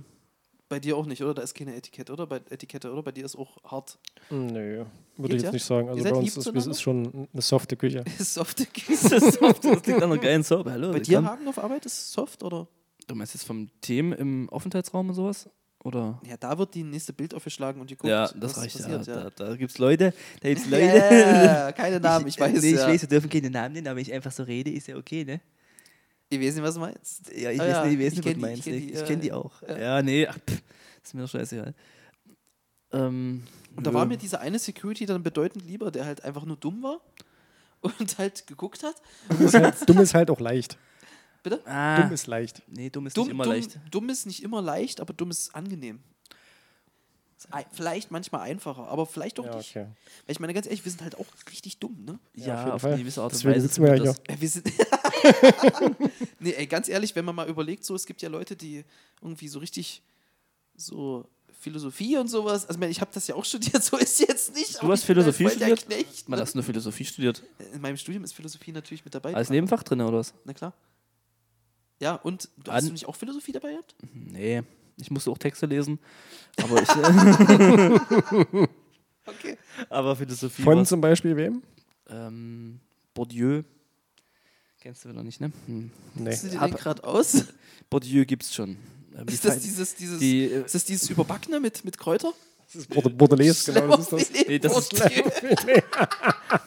Speaker 1: bei dir auch nicht, oder? Da ist keine Etikette, oder? Bei Etikette, oder? Bei dir ist auch hart.
Speaker 3: Nö, würde
Speaker 1: Geht
Speaker 3: ich jetzt
Speaker 1: ja?
Speaker 3: nicht sagen. Also
Speaker 1: Ihr seid
Speaker 3: bei
Speaker 1: lieb
Speaker 3: uns ist es
Speaker 1: zueinander?
Speaker 3: ist schon eine softe Küche.
Speaker 1: Ist soft.
Speaker 2: Das ist soft, das liegt an einer geilen Soap. Hallo,
Speaker 1: bei
Speaker 2: das
Speaker 1: dir,
Speaker 2: kann-
Speaker 1: Hagen, auf Arbeit ist soft, oder?
Speaker 2: Du meinst jetzt vom Themen im Aufenthaltsraum und sowas? Oder?
Speaker 1: Ja, da wird die nächste Bild aufgeschlagen und geguckt,
Speaker 2: ja, das reicht
Speaker 1: passiert,
Speaker 2: ja.
Speaker 1: ja.
Speaker 2: Da, da gibt's Leute, da gibt's Leute.
Speaker 1: Yeah, keine Namen, ich weiß
Speaker 2: nee, ich
Speaker 1: ja.
Speaker 2: weiß, wir dürfen keine Namen nennen, aber wenn ich einfach so rede, ist ja okay, ne?
Speaker 1: Ich weiß nicht, was du meinst.
Speaker 2: Ja, ich
Speaker 1: Ah
Speaker 2: weiß
Speaker 1: ja,
Speaker 2: nicht, ich
Speaker 1: ich
Speaker 2: weiß nicht, was
Speaker 1: kenn
Speaker 2: du
Speaker 1: die,
Speaker 2: meinst.
Speaker 1: ich
Speaker 2: ne?
Speaker 1: kenn
Speaker 2: Ich
Speaker 1: die,
Speaker 2: kenne
Speaker 1: äh,
Speaker 2: die auch.
Speaker 1: ja.
Speaker 2: Ja, nee, ach, pff, ist mir doch scheißegal. Ähm,
Speaker 1: Und da
Speaker 2: nö.
Speaker 1: war mir dieser eine Security dann bedeutend lieber, der halt einfach nur dumm war und halt geguckt hat.
Speaker 3: Dumm ist halt, dumm ist halt auch leicht.
Speaker 1: Bitte?
Speaker 2: ah,
Speaker 3: Dumm ist leicht.
Speaker 2: Nee, dumm ist
Speaker 1: Dumm,
Speaker 2: nicht immer
Speaker 1: dumm,
Speaker 2: leicht.
Speaker 1: dumm ist nicht immer leicht, aber dumm ist angenehm. Ist ei- Vielleicht manchmal einfacher, aber vielleicht auch
Speaker 3: Ja,
Speaker 1: nicht.
Speaker 3: okay.
Speaker 1: Weil ich meine, ganz ehrlich, wir sind halt auch richtig dumm, ne?
Speaker 2: Ja,
Speaker 3: auf jeden
Speaker 2: auf
Speaker 3: Fall.
Speaker 2: eine gewisse Art und
Speaker 3: Deswegen
Speaker 2: Weise.
Speaker 3: sitzen wir
Speaker 2: tut
Speaker 3: ja
Speaker 2: das-
Speaker 1: Äh, Wir sind. nee, ey, ganz ehrlich, wenn man mal überlegt, so, es gibt ja Leute, die irgendwie so richtig so Philosophie und sowas. Also, ich, meine, ich habe das ja auch studiert, so ist jetzt nicht. aber
Speaker 2: Du hast
Speaker 1: ich bin halt
Speaker 2: Philosophie
Speaker 1: voll der
Speaker 2: studiert?
Speaker 1: Knecht,
Speaker 2: Man
Speaker 1: ne?
Speaker 2: hast du nur Philosophie studiert.
Speaker 1: In meinem Studium ist Philosophie natürlich mit dabei.
Speaker 2: Als Nebenfach drin, oder was?
Speaker 1: Na klar. Ja, und du,
Speaker 2: An-
Speaker 1: hast du nicht auch Philosophie dabei gehabt?
Speaker 2: Nee, ich musste auch Texte lesen. Aber, ich,
Speaker 1: Okay.
Speaker 2: aber Philosophie
Speaker 3: Von
Speaker 2: war's.
Speaker 3: zum Beispiel wem?
Speaker 2: ähm, Bourdieu. Kennst du wieder nicht, ne? Hm.
Speaker 3: Nee.
Speaker 1: Siehst du
Speaker 2: Hab-
Speaker 1: den gerade aus?
Speaker 2: Bourdieu gibt's schon. Ähm,
Speaker 1: Ist
Speaker 2: die
Speaker 1: das
Speaker 2: Fein-
Speaker 1: dieses, dieses,
Speaker 2: die, äh,
Speaker 1: ist das dieses Überbackene mit, mit Kräuter?
Speaker 3: Das ist Borda- Bordelais, genau, das ist das.
Speaker 1: Nee,
Speaker 2: das ist-
Speaker 1: das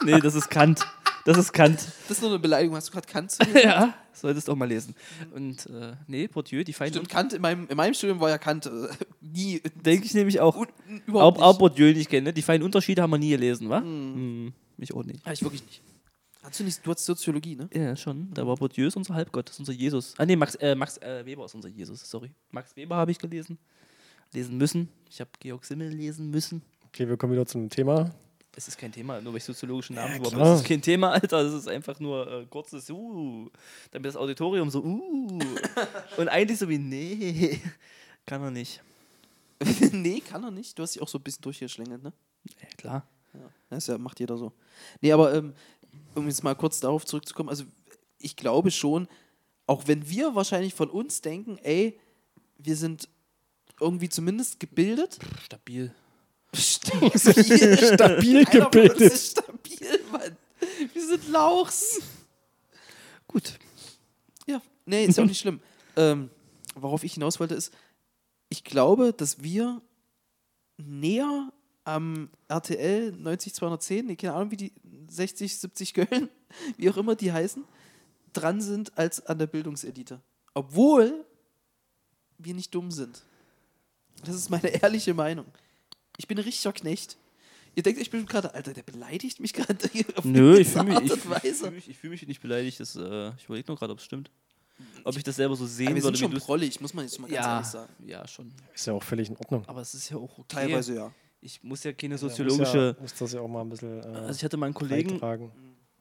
Speaker 2: nee, das ist Kant. Das ist Kant.
Speaker 1: ist nur eine Beleidigung. Hast du gerade Kant? zu mir gesagt?
Speaker 2: ja, solltest auch mal lesen. Und äh, nee, Bourdieu, die Feinde.
Speaker 1: Stimmt, Kant in meinem, in meinem Studium war ja Kant äh, nie. äh,
Speaker 2: Denke ich nämlich auch.
Speaker 1: un- n-
Speaker 2: Auch,
Speaker 1: Überhaupt
Speaker 2: auch
Speaker 1: nicht.
Speaker 2: Bourdieu nicht kennen, ne? Die feinen Unterschiede haben wir nie gelesen, wa? Hm, mich auch nicht.
Speaker 1: Hab ich wirklich nicht. Hast du nicht. Du hast Soziologie, ne?
Speaker 2: Ja, schon. Da war Bourdieu ist unser Halbgott, ist unser Jesus. Ah, nee, Max, äh, Max äh, Weber ist unser Jesus, sorry. Max Weber habe ich gelesen. Lesen müssen. Ich habe Georg Simmel lesen müssen.
Speaker 3: Okay, wir kommen wieder zum Thema.
Speaker 2: Es ist kein Thema, nur weil ich soziologischen Namen ja,
Speaker 3: klar.
Speaker 2: Das ist kein Thema, Alter. Das ist einfach nur äh, kurzes Uh. Damit das Auditorium so Uh. Und eigentlich so wie Nee. Kann er nicht.
Speaker 1: nee, kann er nicht. Du hast dich auch so ein bisschen durchgeschlängelt, ne?
Speaker 2: Ja, klar.
Speaker 1: Ja, das ist ja, macht jeder so. Nee, aber ähm, um jetzt mal kurz darauf zurückzukommen, also ich glaube schon, auch wenn wir wahrscheinlich von uns denken, ey, wir sind irgendwie zumindest gebildet.
Speaker 2: Stabil.
Speaker 1: Stabil,
Speaker 3: Stabil gebildet.
Speaker 1: Ist stabil, Mann. Wir sind Lauchs.
Speaker 2: Gut.
Speaker 1: Ja, nee, ist ja auch nicht schlimm. Ähm, worauf ich hinaus wollte, ist, ich glaube, dass wir näher am RTL 90210, nee, keine Ahnung, wie die 60, 70 Köln, wie auch immer die heißen, dran sind als an der Bildungselite. Obwohl wir nicht dumm sind. Das ist meine ehrliche Meinung. Ich bin ein richtiger Knecht. Ihr denkt, ich bin gerade, Alter, der beleidigt mich gerade auf
Speaker 2: Nö,
Speaker 1: eine
Speaker 2: ich fühle mich,
Speaker 1: Art
Speaker 2: ich, ich,
Speaker 1: und
Speaker 2: fühl
Speaker 1: Weise.
Speaker 2: mich, ich fühl mich hier nicht beleidigt. Das, äh, ich überlege nur gerade, ob es stimmt. Ob ich das selber so
Speaker 1: Aber
Speaker 2: sehen
Speaker 1: wir sind
Speaker 2: würde,
Speaker 1: schon
Speaker 2: wie du
Speaker 1: prollig, muss man jetzt mal ganz
Speaker 2: ja,
Speaker 1: ehrlich sagen.
Speaker 2: ja, schon.
Speaker 3: Ist ja auch völlig in Ordnung.
Speaker 2: Aber es ist ja auch okay.
Speaker 1: Teilweise ja.
Speaker 2: Ich muss ja keine
Speaker 3: Ja,
Speaker 2: soziologische.
Speaker 3: Muss, ja, muss das ja auch mal ein bisschen äh,
Speaker 2: Also ich hatte mal einen Kollegen,
Speaker 3: beitragen.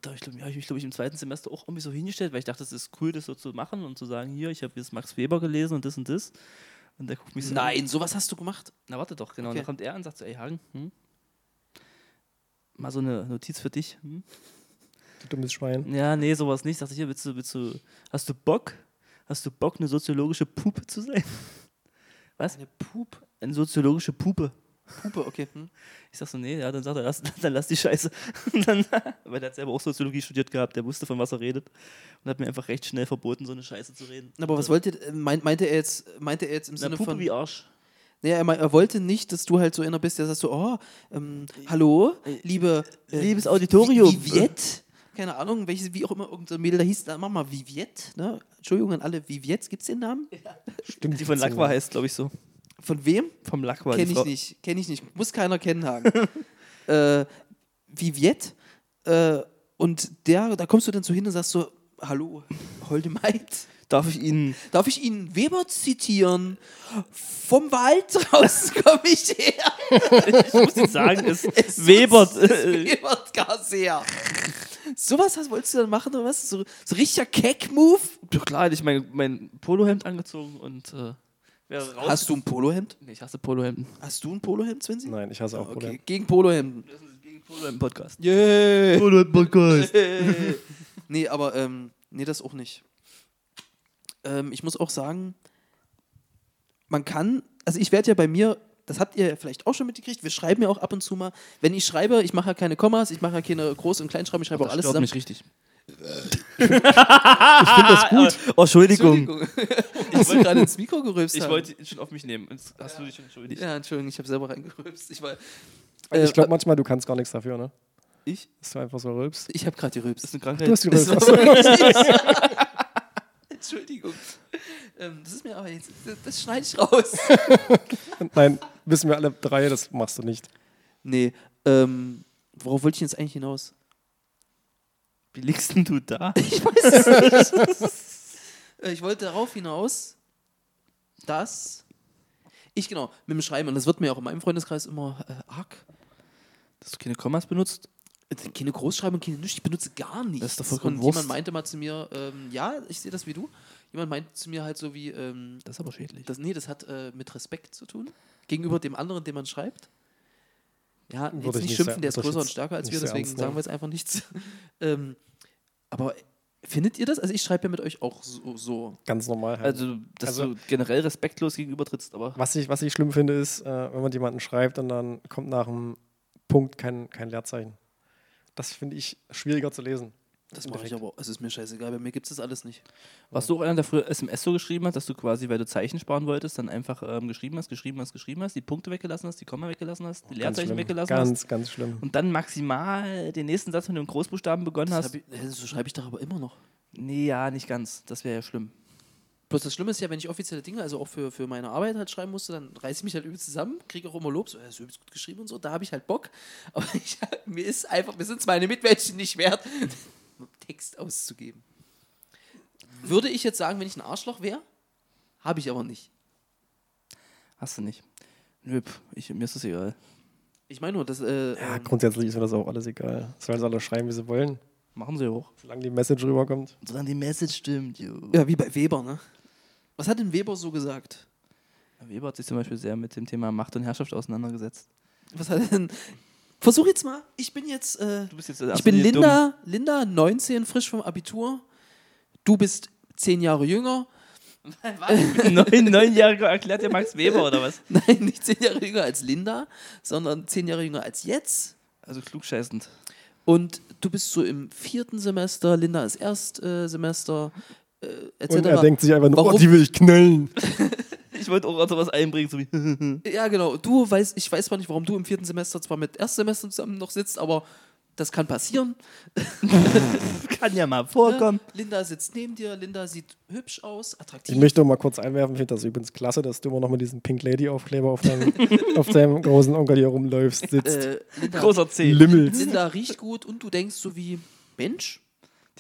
Speaker 2: da ich glaube, ja, ich mich, glaube ich, im zweiten Semester auch irgendwie so hingestellt, weil ich dachte, es ist cool, das so zu machen und zu sagen, hier, ich habe jetzt Max Weber gelesen und das und das. Und der guckt mich so an.
Speaker 1: Nein, sowas hast du gemacht.
Speaker 2: Na, warte doch, genau.
Speaker 1: Okay.
Speaker 2: Und dann kommt er und sagt so, ey, Hagen, hm? mal so eine Notiz für dich. Hm?
Speaker 3: Du dummes Schwein.
Speaker 1: Hm.
Speaker 2: Ja, nee, sowas nicht. Sagte ich, hier, willst du, willst du, hast du Bock? Hast du Bock, eine soziologische Pupe zu sein? Was? Eine Pupe? Eine soziologische Pupe.
Speaker 1: Hupe, okay. Hm?
Speaker 2: Ich sag so, nee, ja, dann sagt er, lass, dann lass die Scheiße. Und dann, weil er hat selber auch Soziologie studiert gehabt, der wusste, von was er redet. Und hat mir einfach recht schnell verboten, so eine Scheiße zu reden.
Speaker 1: Aber was wollte, äh, meint, meinte er jetzt, meinte er jetzt im
Speaker 2: Also- Na,
Speaker 1: Sinne
Speaker 2: Puppe
Speaker 1: von.
Speaker 2: wie Arsch.
Speaker 1: Naja, er, mei- er wollte nicht, dass du halt so einer bist, der sagt so, oh, ähm, hallo, liebe, äh,
Speaker 2: Liebes Auditorium.
Speaker 1: Viviette. Keine Ahnung, welches, wie auch immer, irgendein Mädel da hieß, da mach mal Viviette, ne? Entschuldigung an alle, Viviette, gibt's den Namen?
Speaker 3: Stimmt.
Speaker 2: Die von Lacqua heißt, glaube ich, so.
Speaker 1: Von wem?
Speaker 2: Vom Lacqua.
Speaker 1: Kenne ich nicht, kenne ich nicht. Muss keiner kennen, Hagen. äh, Viviette. Äh, und der, da kommst du dann so hin und sagst so, hallo, holde Maid.
Speaker 2: Darf ich Ihnen.
Speaker 1: Darf ich Ihnen Weber zitieren? Vom Wald draußen komme ich her.
Speaker 2: Ich muss Ihnen sagen, es Weber. äh,
Speaker 1: Weber gar sehr. Sowas hast- wolltest du dann machen oder was? So, so richtiger Keck-Move?
Speaker 2: Ja, klar, hätte ich mein, mein Polohemd angezogen und äh, wäre raus.
Speaker 1: Hast du ein Polohemd?
Speaker 2: Nee, ich hasse Polohemden.
Speaker 1: Hast du ein Polohemd, Svenzi?
Speaker 3: Nein, ich hasse auch
Speaker 1: Okay,
Speaker 3: okay.
Speaker 1: gegen Polohemden.
Speaker 2: Das ist gegen Polohemden-Podcast.
Speaker 1: Yay!
Speaker 2: Polohemden-Podcast.
Speaker 1: nee, aber ähm, nee, das auch nicht. Ähm, ich muss auch sagen, man kann, also ich werde ja bei mir, das habt ihr ja vielleicht auch schon mitgekriegt, wir schreiben ja auch ab und zu mal, wenn ich schreibe, ich mache ja keine Kommas, ich mache ja keine Groß- und Kleinschreiben, ich schreibe auch alles zusammen.
Speaker 2: nicht richtig. ich finde das gut. Oh, Entschuldigung.
Speaker 1: Hast du gerade ins Mikro gerülpst
Speaker 2: Ich
Speaker 1: haben?
Speaker 2: wollte ihn schon auf mich nehmen. Jetzt hast du dich schon entschuldigt.
Speaker 1: Ja, Entschuldigung, ich habe selber reingerülpst. Ich, war-
Speaker 3: Und
Speaker 1: Äh,
Speaker 3: ich glaube manchmal, du kannst gar nichts dafür, ne?
Speaker 2: Ich?
Speaker 3: Dass du einfach so rülpst.
Speaker 1: ich habe gerade gerülpst.
Speaker 2: Das ist eine
Speaker 3: Du
Speaker 2: Krankheit.
Speaker 3: hast gerülpst.
Speaker 1: Das war Entschuldigung. Ähm, das ist mir aber jetzt, das- das schneide ich raus.
Speaker 3: Nein, wissen wir alle drei, das machst du nicht.
Speaker 1: Nee, ähm, worauf wollte ich jetzt eigentlich hinaus?
Speaker 2: Wie liegst denn du da?
Speaker 1: Ich weiß es nicht. Äh, ich wollte darauf hinaus, dass ich genau mit dem Schreiben, und das wird mir auch in meinem Freundeskreis immer äh, arg,
Speaker 2: Dass du keine Kommas benutzt?
Speaker 1: keine Großschreibung, keine nichts, ich benutze gar nichts.
Speaker 2: Das ist doch vollkommen
Speaker 1: und
Speaker 2: Wurst.
Speaker 1: jemand meinte mal zu mir, ähm, ja, ich sehe das wie du, jemand meinte zu mir halt so wie, ähm,
Speaker 2: Das ist aber schädlich.
Speaker 1: das, nee, das hat äh, mit Respekt zu tun, gegenüber dem anderen, den man schreibt. Ja,
Speaker 3: Würde
Speaker 1: jetzt
Speaker 3: ich
Speaker 1: nicht
Speaker 3: nicht
Speaker 1: schimpfen,
Speaker 3: sehr-
Speaker 1: der ist
Speaker 3: würde ich
Speaker 1: größer und
Speaker 3: jetzt
Speaker 1: stärker als
Speaker 3: nicht
Speaker 1: wir,
Speaker 3: sehr
Speaker 1: deswegen
Speaker 3: ernst
Speaker 1: sagen wir jetzt einfach nichts. ähm, aber findet ihr das? Also ich schreibe ja mit euch auch so. so.
Speaker 3: Ganz normal. Halt.
Speaker 2: Also, dass du generell respektlos gegenüber trittst, aber
Speaker 3: was, ich, was ich schlimm finde, ist, äh, wenn man jemanden schreibt und dann kommt nach dem Punkt kein, kein Leerzeichen. Das finde ich schwieriger zu lesen.
Speaker 1: Das mache ich aber, es ist mir scheißegal, bei mir gibt es das alles nicht.
Speaker 2: warst du auch einer, der früher SMS so geschrieben hat, dass du quasi, weil du Zeichen sparen wolltest, dann einfach ähm, geschrieben hast, geschrieben hast, geschrieben hast, die Punkte weggelassen hast, die Komma weggelassen hast, die
Speaker 3: Ganz
Speaker 2: Leerzeichen
Speaker 3: schlimm.
Speaker 2: weggelassen hast
Speaker 3: Ganz, ganz schlimm.
Speaker 2: und dann maximal den nächsten Satz mit einem Großbuchstaben begonnen
Speaker 1: Das
Speaker 2: hast.
Speaker 1: hab ich, hä, so schreibe ich doch aber immer noch.
Speaker 2: Nee, ja, nicht ganz. Das wäre ja schlimm.
Speaker 1: Bloß das Schlimme ist ja, wenn ich offizielle Dinge, also auch für, für meine Arbeit halt schreiben musste, dann reiße ich mich halt übelst zusammen, kriege auch immer Lob, so, ja, ist übelst gut geschrieben und so, da habe ich halt Bock. Aber ich, mir ist einfach, mir sind es meine Mitmenschen nicht wert, Text auszugeben. Würde ich jetzt sagen, wenn ich ein Arschloch wäre? Habe ich aber nicht.
Speaker 2: Hast du nicht. Nö, pf, ich, mir ist das egal.
Speaker 1: Ich meine nur, dass. Äh,
Speaker 3: Ja,
Speaker 1: ähm,
Speaker 3: grundsätzlich ist mir das auch alles egal. Sollen sie alle schreiben, wie sie wollen,
Speaker 2: Machen sie hoch.
Speaker 3: solange die Message rüberkommt.
Speaker 2: Solange die Message stimmt, jo.
Speaker 1: ja, wie bei Weber, ne? Was hat denn Weber so gesagt?
Speaker 2: Weber hat sich zum Beispiel sehr mit dem Thema Macht und Herrschaft auseinandergesetzt.
Speaker 1: Was hat er denn. Versuch jetzt mal, ich bin jetzt. Äh,
Speaker 2: Du bist jetzt also
Speaker 1: Ich bin
Speaker 2: absolut
Speaker 1: Linda, Linda, 19, frisch vom Abitur. Du bist 10 Jahre jünger.
Speaker 2: Dumm. Neun, neunjähriger erklärt dir Max Weber oder was?
Speaker 1: Nein, nicht 10 Jahre jünger als Linda, sondern 10 Jahre jünger als jetzt.
Speaker 2: Also klugscheißend.
Speaker 1: Und du bist so im vierten Semester, Linda ist Erstsemester, äh, etc.
Speaker 3: Und er denkt sich einfach nur, oh,
Speaker 1: Warum-
Speaker 3: die will ich knallen.
Speaker 2: Ich wollte auch sowas einbringen, so wie.
Speaker 1: ja, genau. Du weißt, ich weiß zwar nicht, warum du im vierten Semester zwar mit Erstsemestern zusammen noch sitzt, aber Das kann passieren.
Speaker 2: Kann ja mal
Speaker 3: Oh
Speaker 2: vorkommen.
Speaker 1: Ne? Linda sitzt neben dir. Linda sieht hübsch aus, attraktiv.
Speaker 3: Ich möchte noch mal kurz einwerfen, ich finde das übrigens klasse, dass du immer noch mit diesem Pink Lady-Aufkleber auf, deinem- auf deinem großen Onkel hier rumläufst, sitzt,
Speaker 1: äh, Linda,
Speaker 2: Großer C.
Speaker 3: limmelst.
Speaker 1: Linda riecht gut und du denkst so wie, Mensch,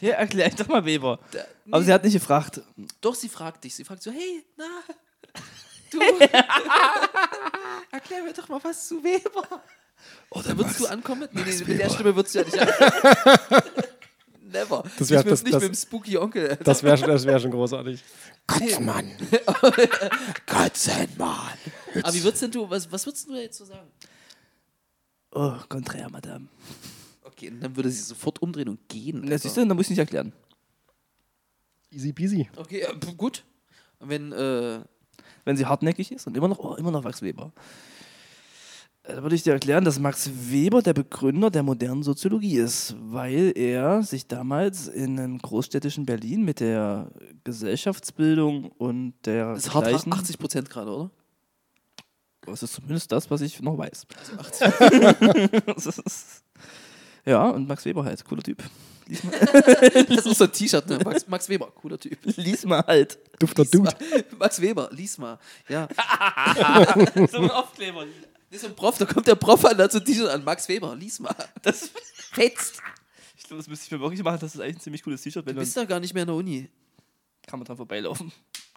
Speaker 2: Der erklärt doch mal Weber.
Speaker 1: da,
Speaker 2: Aber
Speaker 3: Also
Speaker 2: sie hat nicht gefragt.
Speaker 1: Äh, doch sie fragt dich. Sie fragt so, hey, na, du, erklär mir doch mal was zu Weber.
Speaker 4: Oder
Speaker 1: Da würdest du
Speaker 4: Max,
Speaker 1: ankommen? Nee, nee,
Speaker 4: Max
Speaker 1: mit der
Speaker 4: Weber.
Speaker 1: Stimme würdest du ja nicht ankommen. Never.
Speaker 3: Das wär-
Speaker 1: nicht mit,
Speaker 3: das-
Speaker 1: nicht
Speaker 3: das-
Speaker 1: mit dem Spooky Onkel.
Speaker 3: Das wäre schon, das wär schon großartig.
Speaker 4: Kotzmann. Kotzenmann.
Speaker 1: Aber wie würdest denn du, was, was würdest du jetzt so sagen?
Speaker 2: Oh, konträr, Madame.
Speaker 1: Okay, und dann würde sie sofort umdrehen und gehen.
Speaker 2: Na, siehst du, da muss ich nicht erklären.
Speaker 3: Easy peasy.
Speaker 1: Okay, ja, p- gut. Wenn, äh,
Speaker 2: Wenn sie hartnäckig ist und immer noch, oh, immer noch Max Weber. Äh, Da würde ich dir erklären, dass Max Weber der Begründer der modernen Soziologie ist, weil er sich damals in einem großstädtischen Berlin mit der Gesellschaftsbildung und der
Speaker 1: das ist hart,
Speaker 2: gleichen-
Speaker 1: 80 Prozent gerade, oder?
Speaker 2: Das ist zumindest das, was ich noch weiß. Das ist- ja, und Max Weber halt, cooler Typ. Lies mal,
Speaker 1: Das ist so ein T-Shirt, ne? Max, Max Weber, cooler Typ.
Speaker 2: lies mal halt.
Speaker 3: Dufter Dude.
Speaker 1: Max Weber, lies mal. Ja.
Speaker 2: So ein Aufkleber.
Speaker 1: Das ist so ein Prof, da kommt der Prof an, hat so ein T-Shirt an. Max Weber, lies mal.
Speaker 2: Das,
Speaker 1: Fetzt.
Speaker 2: ich glaube, das müsste ich mir wirklich machen. Das ist eigentlich ein ziemlich cooles T-Shirt. Wenn
Speaker 1: Du
Speaker 2: man
Speaker 1: bist da gar nicht mehr in der Uni.
Speaker 2: kann man dran vorbeilaufen.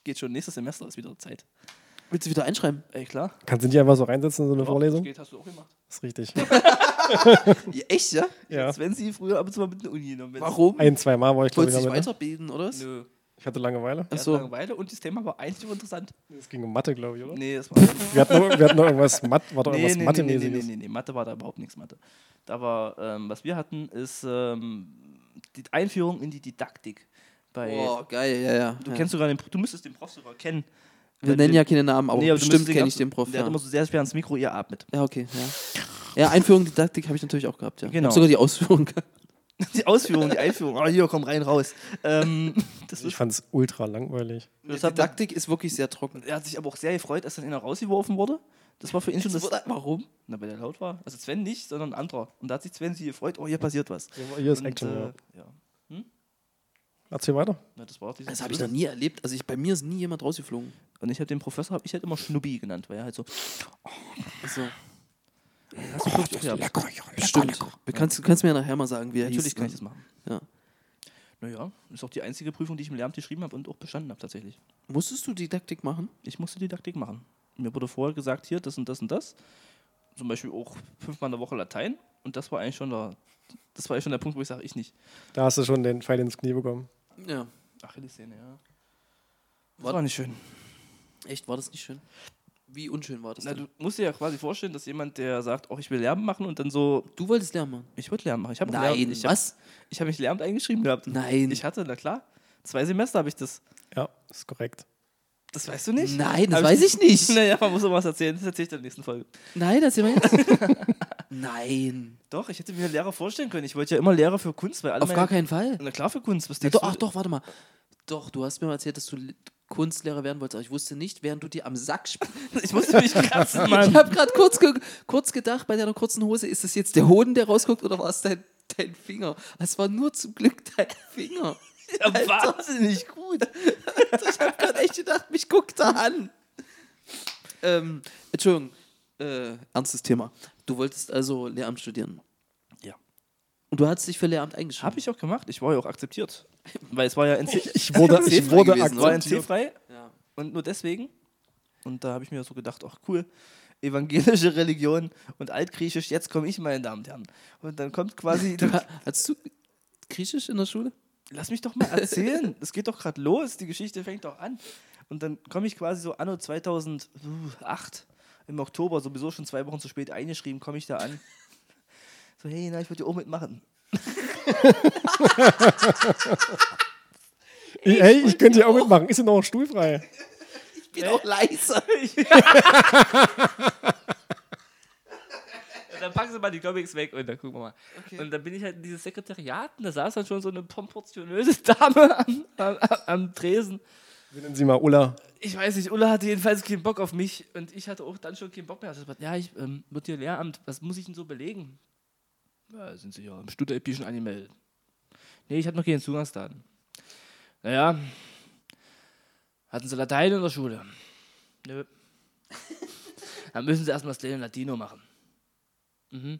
Speaker 2: Geht schon, nächstes Semester ist wieder Zeit.
Speaker 1: Willst du wieder einschreiben?
Speaker 2: Ey, klar.
Speaker 3: Kannst du nicht einfach so reinsetzen in so eine Vorlesung?
Speaker 2: geht, hast du auch gemacht.
Speaker 3: ist richtig.
Speaker 1: Ja, echt, ja?
Speaker 3: Ja.
Speaker 2: Als wenn sie früher ab und zu mal mit der Uni genommen hätte.
Speaker 1: Warum?
Speaker 3: Ein, zwei Mal war ich, glaube ich,
Speaker 1: Wolltest du dich
Speaker 3: damit. Ne?
Speaker 1: weiterbilden, oder was?
Speaker 2: Nö.
Speaker 3: Ich hatte Langeweile.
Speaker 1: Ach
Speaker 2: So.
Speaker 1: so.
Speaker 2: Langeweile und das Thema war eigentlich interessant.
Speaker 3: Es ging um Mathe, glaube ich, oder?
Speaker 2: Nee, das war. nee,
Speaker 3: Wir, hatten noch, wir hatten noch irgendwas, Mat war doch irgendwas
Speaker 2: nee, nee, nee,
Speaker 3: Mathe-mäßiges.
Speaker 2: nee, nee, nee, Mathe war da überhaupt nichts Mathe. Da war, ähm, was wir hatten, ist ähm, die Einführung in die Didaktik. Bei,
Speaker 1: Boah, geil, ja, ja.
Speaker 2: Du
Speaker 1: ja.
Speaker 2: kennst sogar den, Pro- du müsstest den Prof sogar kennen.
Speaker 1: Wir nennen ja keine Namen, aber
Speaker 2: Nee, du
Speaker 1: bestimmt
Speaker 2: müsstest
Speaker 1: kenne ich
Speaker 2: ganzen-
Speaker 1: den Prof.
Speaker 2: Der
Speaker 1: Ja.
Speaker 2: hat immer so sehr schwer ans Mikro ihr atmet.
Speaker 1: ja, okay. Ja, ja Einführung, Didaktik habe ich natürlich auch gehabt, ja.
Speaker 2: Genau.
Speaker 1: Hab sogar die Ausführung gehabt.
Speaker 2: Die Ausführung, die Einführung. Oh, hier, komm rein, raus. Ähm, das
Speaker 3: Ich fand es ultra langweilig.
Speaker 2: Das hat man-
Speaker 1: Didaktik ist wirklich sehr trocken.
Speaker 2: Er hat sich aber auch sehr gefreut, als dann einer rausgeworfen wurde. Das war für ihn schon das.
Speaker 1: Warum?
Speaker 2: Na, weil er laut war. Also Sven nicht, sondern ein anderer. Und da hat sich Sven sie gefreut, oh, hier passiert was.
Speaker 3: Hier ist
Speaker 2: Und,
Speaker 3: Action,
Speaker 2: äh,
Speaker 3: ja.
Speaker 2: ja.
Speaker 3: Erzähl weiter.
Speaker 2: Na, das war auch dieses
Speaker 1: Das habe ich noch nie erlebt. Also ich, bei mir ist nie jemand rausgeflogen.
Speaker 2: Und ich habe den Professor, habe ich halt immer Schnubbi genannt, weil er halt so.
Speaker 1: Also,
Speaker 2: Hast du oh, das ja,
Speaker 4: Lecker, ja,
Speaker 1: stimmt. Du kannst, du kannst mir ja nachher mal sagen, wie er
Speaker 2: natürlich
Speaker 1: hieß. ne?
Speaker 2: kann ich das machen.
Speaker 1: Ja.
Speaker 2: Naja, ist auch die einzige Prüfung, die ich im Lehramt geschrieben habe und auch bestanden habe tatsächlich.
Speaker 1: Musstest du Didaktik machen?
Speaker 2: Ich musste Didaktik machen. Mir wurde vorher gesagt, hier, das und das und das. Zum Beispiel auch fünfmal in der Woche Latein. Und das war eigentlich schon der, das war eigentlich schon der Punkt, wo ich sage, ich nicht.
Speaker 3: Da hast du schon den Pfeil ins Knie bekommen.
Speaker 1: Ja.
Speaker 2: Achillessehne, ja. Das
Speaker 1: War-
Speaker 2: war nicht schön.
Speaker 1: Echt, war das nicht schön? Wie unschön war das
Speaker 2: Na,
Speaker 1: denn?
Speaker 2: du musst dir ja quasi vorstellen, dass jemand, der sagt, oh, ich will Lärm machen und dann so,
Speaker 1: Du wolltest lernen, Mann.
Speaker 2: ich würde Lärm machen. Ich hab auch
Speaker 1: Nein,
Speaker 2: Lehramt- ich
Speaker 1: was?
Speaker 2: Hab, ich habe mich Lärm eingeschrieben gehabt.
Speaker 1: Nein.
Speaker 2: Ich hatte, na klar, zwei Semester habe ich das.
Speaker 3: Ja, ist korrekt.
Speaker 2: Das weißt du nicht?
Speaker 1: Nein, das
Speaker 2: Hab
Speaker 1: weiß ich nicht.
Speaker 2: Naja, man muss immer was erzählen. Das erzähle ich dann in der nächsten Folge.
Speaker 1: Nein, das ist immer jetzt. Nein.
Speaker 2: Doch, ich hätte mir Lehrer vorstellen können. Ich wollte ja immer Lehrer für Kunst, weil alle
Speaker 1: Auf gar keinen Fall.
Speaker 2: Na klar, für Kunst. Was
Speaker 1: Ja,
Speaker 2: denkst
Speaker 1: doch,
Speaker 2: du?
Speaker 1: ach doch, warte mal. Doch, du hast mir mal erzählt, dass du L- Kunstlehrer werden wolltest, aber ich wusste nicht, während du dir am Sack sp-
Speaker 2: Ich musste mich kratzen,
Speaker 1: Ich
Speaker 2: Mann.
Speaker 1: habe gerade kurz, ge kurz gedacht, bei deiner kurzen Hose, ist das jetzt der Hoden, der rausguckt, oder war es dein, dein Finger? Es war nur zum Glück dein Finger.
Speaker 2: Ja, wahnsinnig gut.
Speaker 1: Ich habe gerade echt gedacht, mich guckt da an. Ähm, Entschuldigung, äh, ernstes Thema. Du wolltest also Lehramt studieren.
Speaker 2: Ja.
Speaker 1: Und du hast dich für Lehramt eingeschrieben.
Speaker 2: Habe ich auch gemacht. Ich war ja auch akzeptiert. Weil es war ja NC,
Speaker 3: Ich wurde, ich
Speaker 1: Hilfreich
Speaker 3: wurde
Speaker 1: gewesen,
Speaker 2: war
Speaker 3: akzeptiert.
Speaker 2: NC-frei
Speaker 1: Ja.
Speaker 2: Und nur deswegen. Und da habe ich mir so gedacht, ach cool, evangelische Religion und altgriechisch, jetzt komme ich, meine Damen und Herren. Und dann kommt quasi,
Speaker 1: Du, hast du Griechisch in der Schule?
Speaker 2: lass mich doch mal erzählen, es geht doch gerade los, die Geschichte fängt doch an. Und dann komme ich quasi so anno 2008, im Oktober, sowieso schon zwei Wochen zu spät eingeschrieben, komme ich da an. So, hey, na, ich würde dir auch mitmachen.
Speaker 3: Hey, ich könnte hier auch mitmachen. Ist denn noch ein Stuhl frei?
Speaker 1: Ich bin auch leise.
Speaker 2: Und dann packen sie mal die Comics weg und dann gucken wir mal. Und dann bin ich halt in dieses Sekretariat und da saß dann schon so eine proportionöse Dame am, am, am Tresen.
Speaker 3: Wir nennen sie mal Ulla.
Speaker 2: Ich weiß nicht, Ulla hatte jedenfalls keinen Bock auf mich und ich hatte auch dann schon keinen Bock mehr. Also, ich hab gesagt, ja, ich ähm, wird hier Lehramt, was muss ich denn so belegen? Ja, sind Sie ja im Studio IP schon angemeldet? Nee, ich habe noch keine Zugangsdaten. Naja, hatten Sie Latein in der Schule? Nö. Dann müssen Sie erstmal das kleine Latino machen. Mhm.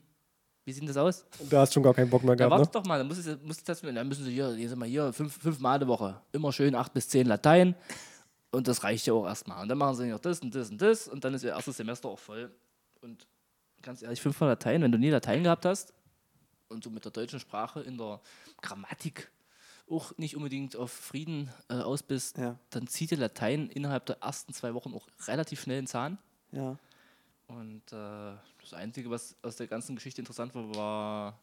Speaker 2: Wie sieht das aus?
Speaker 3: Da hast du schon gar keinen Bock mehr
Speaker 2: Ja,
Speaker 3: gehabt,
Speaker 2: wartet
Speaker 3: ne?
Speaker 2: doch mal, dann, muss es, muss das, dann müssen Sie hier, hier sind wir hier, fünf, fünf Mal die Woche. Immer schön acht bis zehn Latein. Und das reicht ja auch erstmal. Und dann machen Sie noch das und das und das. Und dann ist Ihr erstes Semester auch voll. Und ganz ehrlich, fünfmal Latein, wenn du nie Latein gehabt hast und so mit der deutschen Sprache in der Grammatik auch nicht unbedingt auf Frieden äh, aus bist,
Speaker 1: Ja.
Speaker 2: dann zieht dir Latein innerhalb der ersten zwei Wochen auch relativ schnell einen Zahn.
Speaker 1: Ja.
Speaker 2: Und äh, das Einzige, was aus der ganzen Geschichte interessant war, war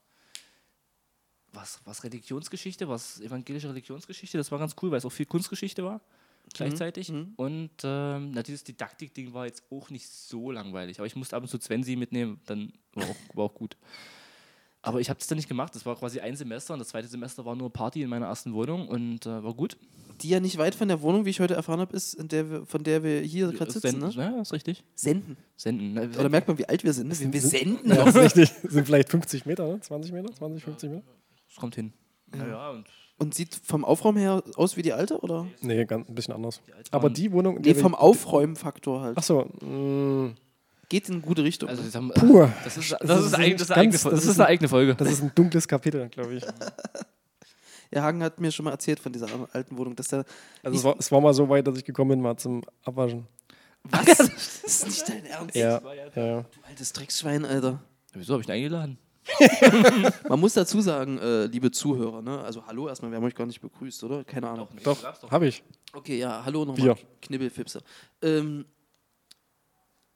Speaker 2: was, was Religionsgeschichte, was evangelische Religionsgeschichte. Das war ganz cool, weil es auch viel Kunstgeschichte war gleichzeitig.
Speaker 1: Mhm.
Speaker 2: Und ähm, na, dieses Didaktik-Ding war jetzt auch nicht so langweilig. Aber ich musste ab und zu Svensi mitnehmen, dann war auch, war auch gut. Aber ich habe das dann nicht gemacht. Das war quasi ein Semester und das zweite Semester war nur Party in meiner ersten Wohnung und äh, war gut.
Speaker 1: Die ja nicht weit von der Wohnung, wie ich heute erfahren habe, ist, in der wir, von der wir hier gerade sitzen.
Speaker 2: Äh, Senden,
Speaker 1: Ne?
Speaker 2: Ja, ist richtig.
Speaker 1: Senden.
Speaker 2: Senden. ne?
Speaker 1: Oder merkt man, wie alt wir sind? Ne? Wir, wir senden.
Speaker 3: Ja, das ist richtig. Sind vielleicht 50 Meter, ne? 20 Meter? 20, 50 Meter?
Speaker 2: Das kommt hin. Naja, und
Speaker 1: Und sieht vom Aufraum her aus wie die alte, oder?
Speaker 3: Nee, ganz, ein bisschen anders.
Speaker 2: Alten
Speaker 3: Aber
Speaker 2: waren-
Speaker 3: die Wohnung. in
Speaker 1: Nee,
Speaker 3: der wir- mm,
Speaker 1: vom Aufräumen-Faktor halt.
Speaker 3: Achso. mh,
Speaker 1: Geht in gute Richtung.
Speaker 2: Also, jetzt haben,
Speaker 3: Puh.
Speaker 2: das ist, das
Speaker 3: Das
Speaker 2: ist,
Speaker 3: ist
Speaker 2: eigentlich-
Speaker 3: ein
Speaker 2: das ist, eine
Speaker 3: ganz-
Speaker 2: eigene Folge.
Speaker 3: das
Speaker 2: Das ist
Speaker 3: ist
Speaker 2: eine
Speaker 3: ein-
Speaker 2: eigene Folge.
Speaker 3: Das ist ein dunkles Kapitel, glaube ich.
Speaker 1: ja, Hagen hat mir schon mal erzählt von dieser am- alten Wohnung, dass da.
Speaker 3: Also es war, es war mal so weit, dass ich gekommen bin, mal zum Abwaschen.
Speaker 1: Was? das ist nicht dein Ernst.
Speaker 3: Ja. ja, ja.
Speaker 1: Du altes Drecksschwein, Alter.
Speaker 2: Wieso habe ich ihn eingeladen?
Speaker 1: Man muss dazu sagen, äh, liebe Zuhörer, ne? Also hallo erstmal, wir haben euch gar nicht begrüßt, oder? Keine Ahnung.
Speaker 3: Doch, habe ich.
Speaker 1: Okay, ja, hallo nochmal.
Speaker 3: Wir.
Speaker 1: Knibbelfipse. Ähm,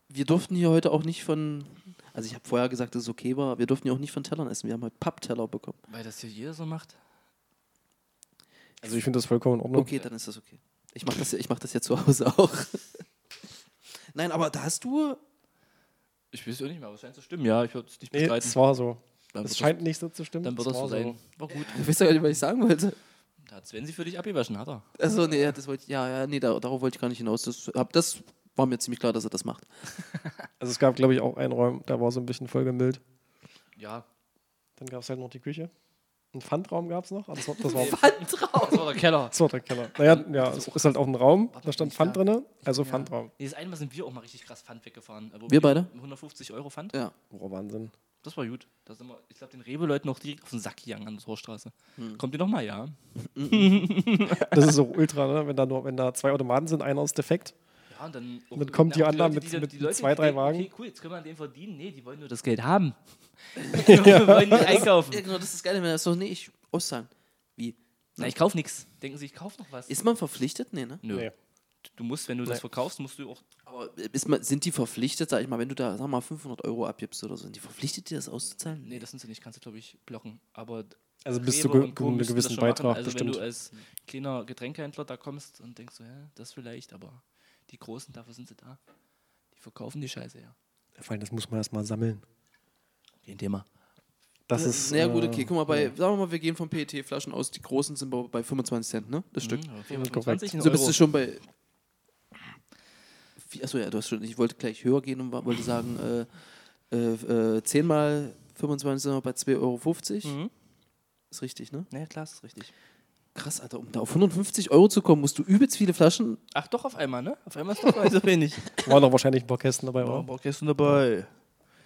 Speaker 1: wir durften hier heute auch nicht von. Also ich habe vorher gesagt, dass es okay war. Wir durften ja auch nicht von Tellern essen. Wir haben heute Pappteller bekommen.
Speaker 2: Weil das hier jeder so macht.
Speaker 3: Also ich finde das vollkommen in Ordnung.
Speaker 1: Okay, dann ist das okay. Ich mache das, ja- ich mach das ja zu Hause auch. Nein, aber da hast du.
Speaker 2: Ich weiß auch nicht mehr, aber es scheint zu stimmen. Ja, ich würde es nicht
Speaker 3: Nee,
Speaker 2: bestreiten.
Speaker 3: es war so.
Speaker 2: dann
Speaker 3: es
Speaker 2: wird
Speaker 3: scheint nicht so zu stimmen.
Speaker 2: das, dann wird
Speaker 3: es
Speaker 2: das so
Speaker 3: war
Speaker 2: sein. War gut.
Speaker 1: Ich weiß ja gar nicht, was ich sagen wollte.
Speaker 2: Da hat Sven sie für dich abgewaschen, hat er.
Speaker 1: Achso, Also, nee, ja, das wollte ich. Ja, ja, nee, da, darauf wollte ich gar nicht hinaus. Das, hab, das war mir ziemlich klar, dass er das macht.
Speaker 3: Also es gab, glaube ich, auch einen Raum, da war so ein bisschen vollgemüllt.
Speaker 2: Ja.
Speaker 3: Dann gab es halt noch die Küche. Einen Pfandraum gab es noch. Also das war, das, war,
Speaker 2: Das war der Keller.
Speaker 3: das war der Keller. Naja, ja, es ist halt auch ein Raum. Da stand Pfand drin, also Pfandraum.
Speaker 2: Nee, das eine Mal sind wir auch mal richtig krass Pfand weggefahren. Äh, wo
Speaker 1: Wir beide?
Speaker 2: 150 Euro Pfand.
Speaker 1: Ja.
Speaker 3: Oh, Wahnsinn.
Speaker 2: Das war gut. Da sind wir, ich glaube, den Rewe-Leuten auch direkt auf den Sack gegangen an der Torstraße. Kommt ihr nochmal, Hm. ja?
Speaker 3: Das ist so ultra, ne? wenn, da nur, wenn da zwei Automaten sind, einer ist defekt.
Speaker 2: Ja, und dann, auch-
Speaker 3: Dann kommt die
Speaker 2: auch
Speaker 3: anderen
Speaker 2: Leute, die
Speaker 3: mit-
Speaker 2: dann- die
Speaker 3: mit
Speaker 2: Leute,
Speaker 3: zwei,
Speaker 2: die
Speaker 3: drei
Speaker 2: denken,
Speaker 3: Wagen.
Speaker 2: Okay, cool, jetzt können wir an dem verdienen. Nee, die wollen nur das Geld haben. Die wollen nicht einkaufen.
Speaker 1: Ja, genau, das ist geil, wenn er so, nee, ich auszahlen. Wie?
Speaker 2: Na, ich kauf nichts. Ne? Denken sie, ich kauf noch was.
Speaker 1: Ist man verpflichtet? Nee, ne?
Speaker 2: Nö.
Speaker 3: Nee.
Speaker 2: Du musst, wenn du das
Speaker 3: Nee.
Speaker 2: verkaufst, musst du auch.
Speaker 1: Aber äh, ist man, sind die verpflichtet, sag ich mal, wenn du da, sag mal, 500 Euro abgibst oder so, sind die verpflichtet, dir das auszuzahlen?
Speaker 2: Nee, das sind sie nicht, kannst du, glaube ich, blocken. Aber.
Speaker 3: Also bis zu
Speaker 2: Rewe
Speaker 3: ge
Speaker 2: und Co.
Speaker 3: einem
Speaker 2: müssen das
Speaker 3: gewissen
Speaker 2: schon machen.
Speaker 3: Beitrag
Speaker 2: also,
Speaker 3: bestimmt.
Speaker 2: Wenn du als kleiner Getränkehändler da kommst und denkst so, ja, das vielleicht, aber die Großen, dafür sind sie da. Die verkaufen die Scheiße, ja.
Speaker 3: Vor allem, das muss man erstmal sammeln.
Speaker 2: Kein Thema.
Speaker 3: Das ist.
Speaker 1: naja, gut,
Speaker 3: äh,
Speaker 1: okay. Guck mal, bei, sagen wir mal, wir gehen von PET-Flaschen aus, die großen sind bei- bei 25 Cent, ne?
Speaker 3: Mhm.
Speaker 1: Das Stück.
Speaker 2: Ja,
Speaker 3: korrekt.
Speaker 2: 425 in
Speaker 1: So Also bist
Speaker 2: Euro.
Speaker 1: du schon bei. Wie- Achso, ja, du hast schon. Ich wollte gleich höher gehen und wa- wollte sagen, äh, äh, äh, 10 mal 25 sind wir bei 2,50 Euro.
Speaker 2: Mhm.
Speaker 1: Ist richtig, ne?
Speaker 2: Nee, klar, das ist richtig.
Speaker 1: Krass, Alter, um da auf 150 Euro zu kommen, musst du übelst viele Flaschen.
Speaker 2: Ach doch, auf einmal, ne? Auf einmal ist doch so wenig.
Speaker 3: Waren doch wahrscheinlich ein paar Kästen dabei, oder?
Speaker 2: Baukästen dabei.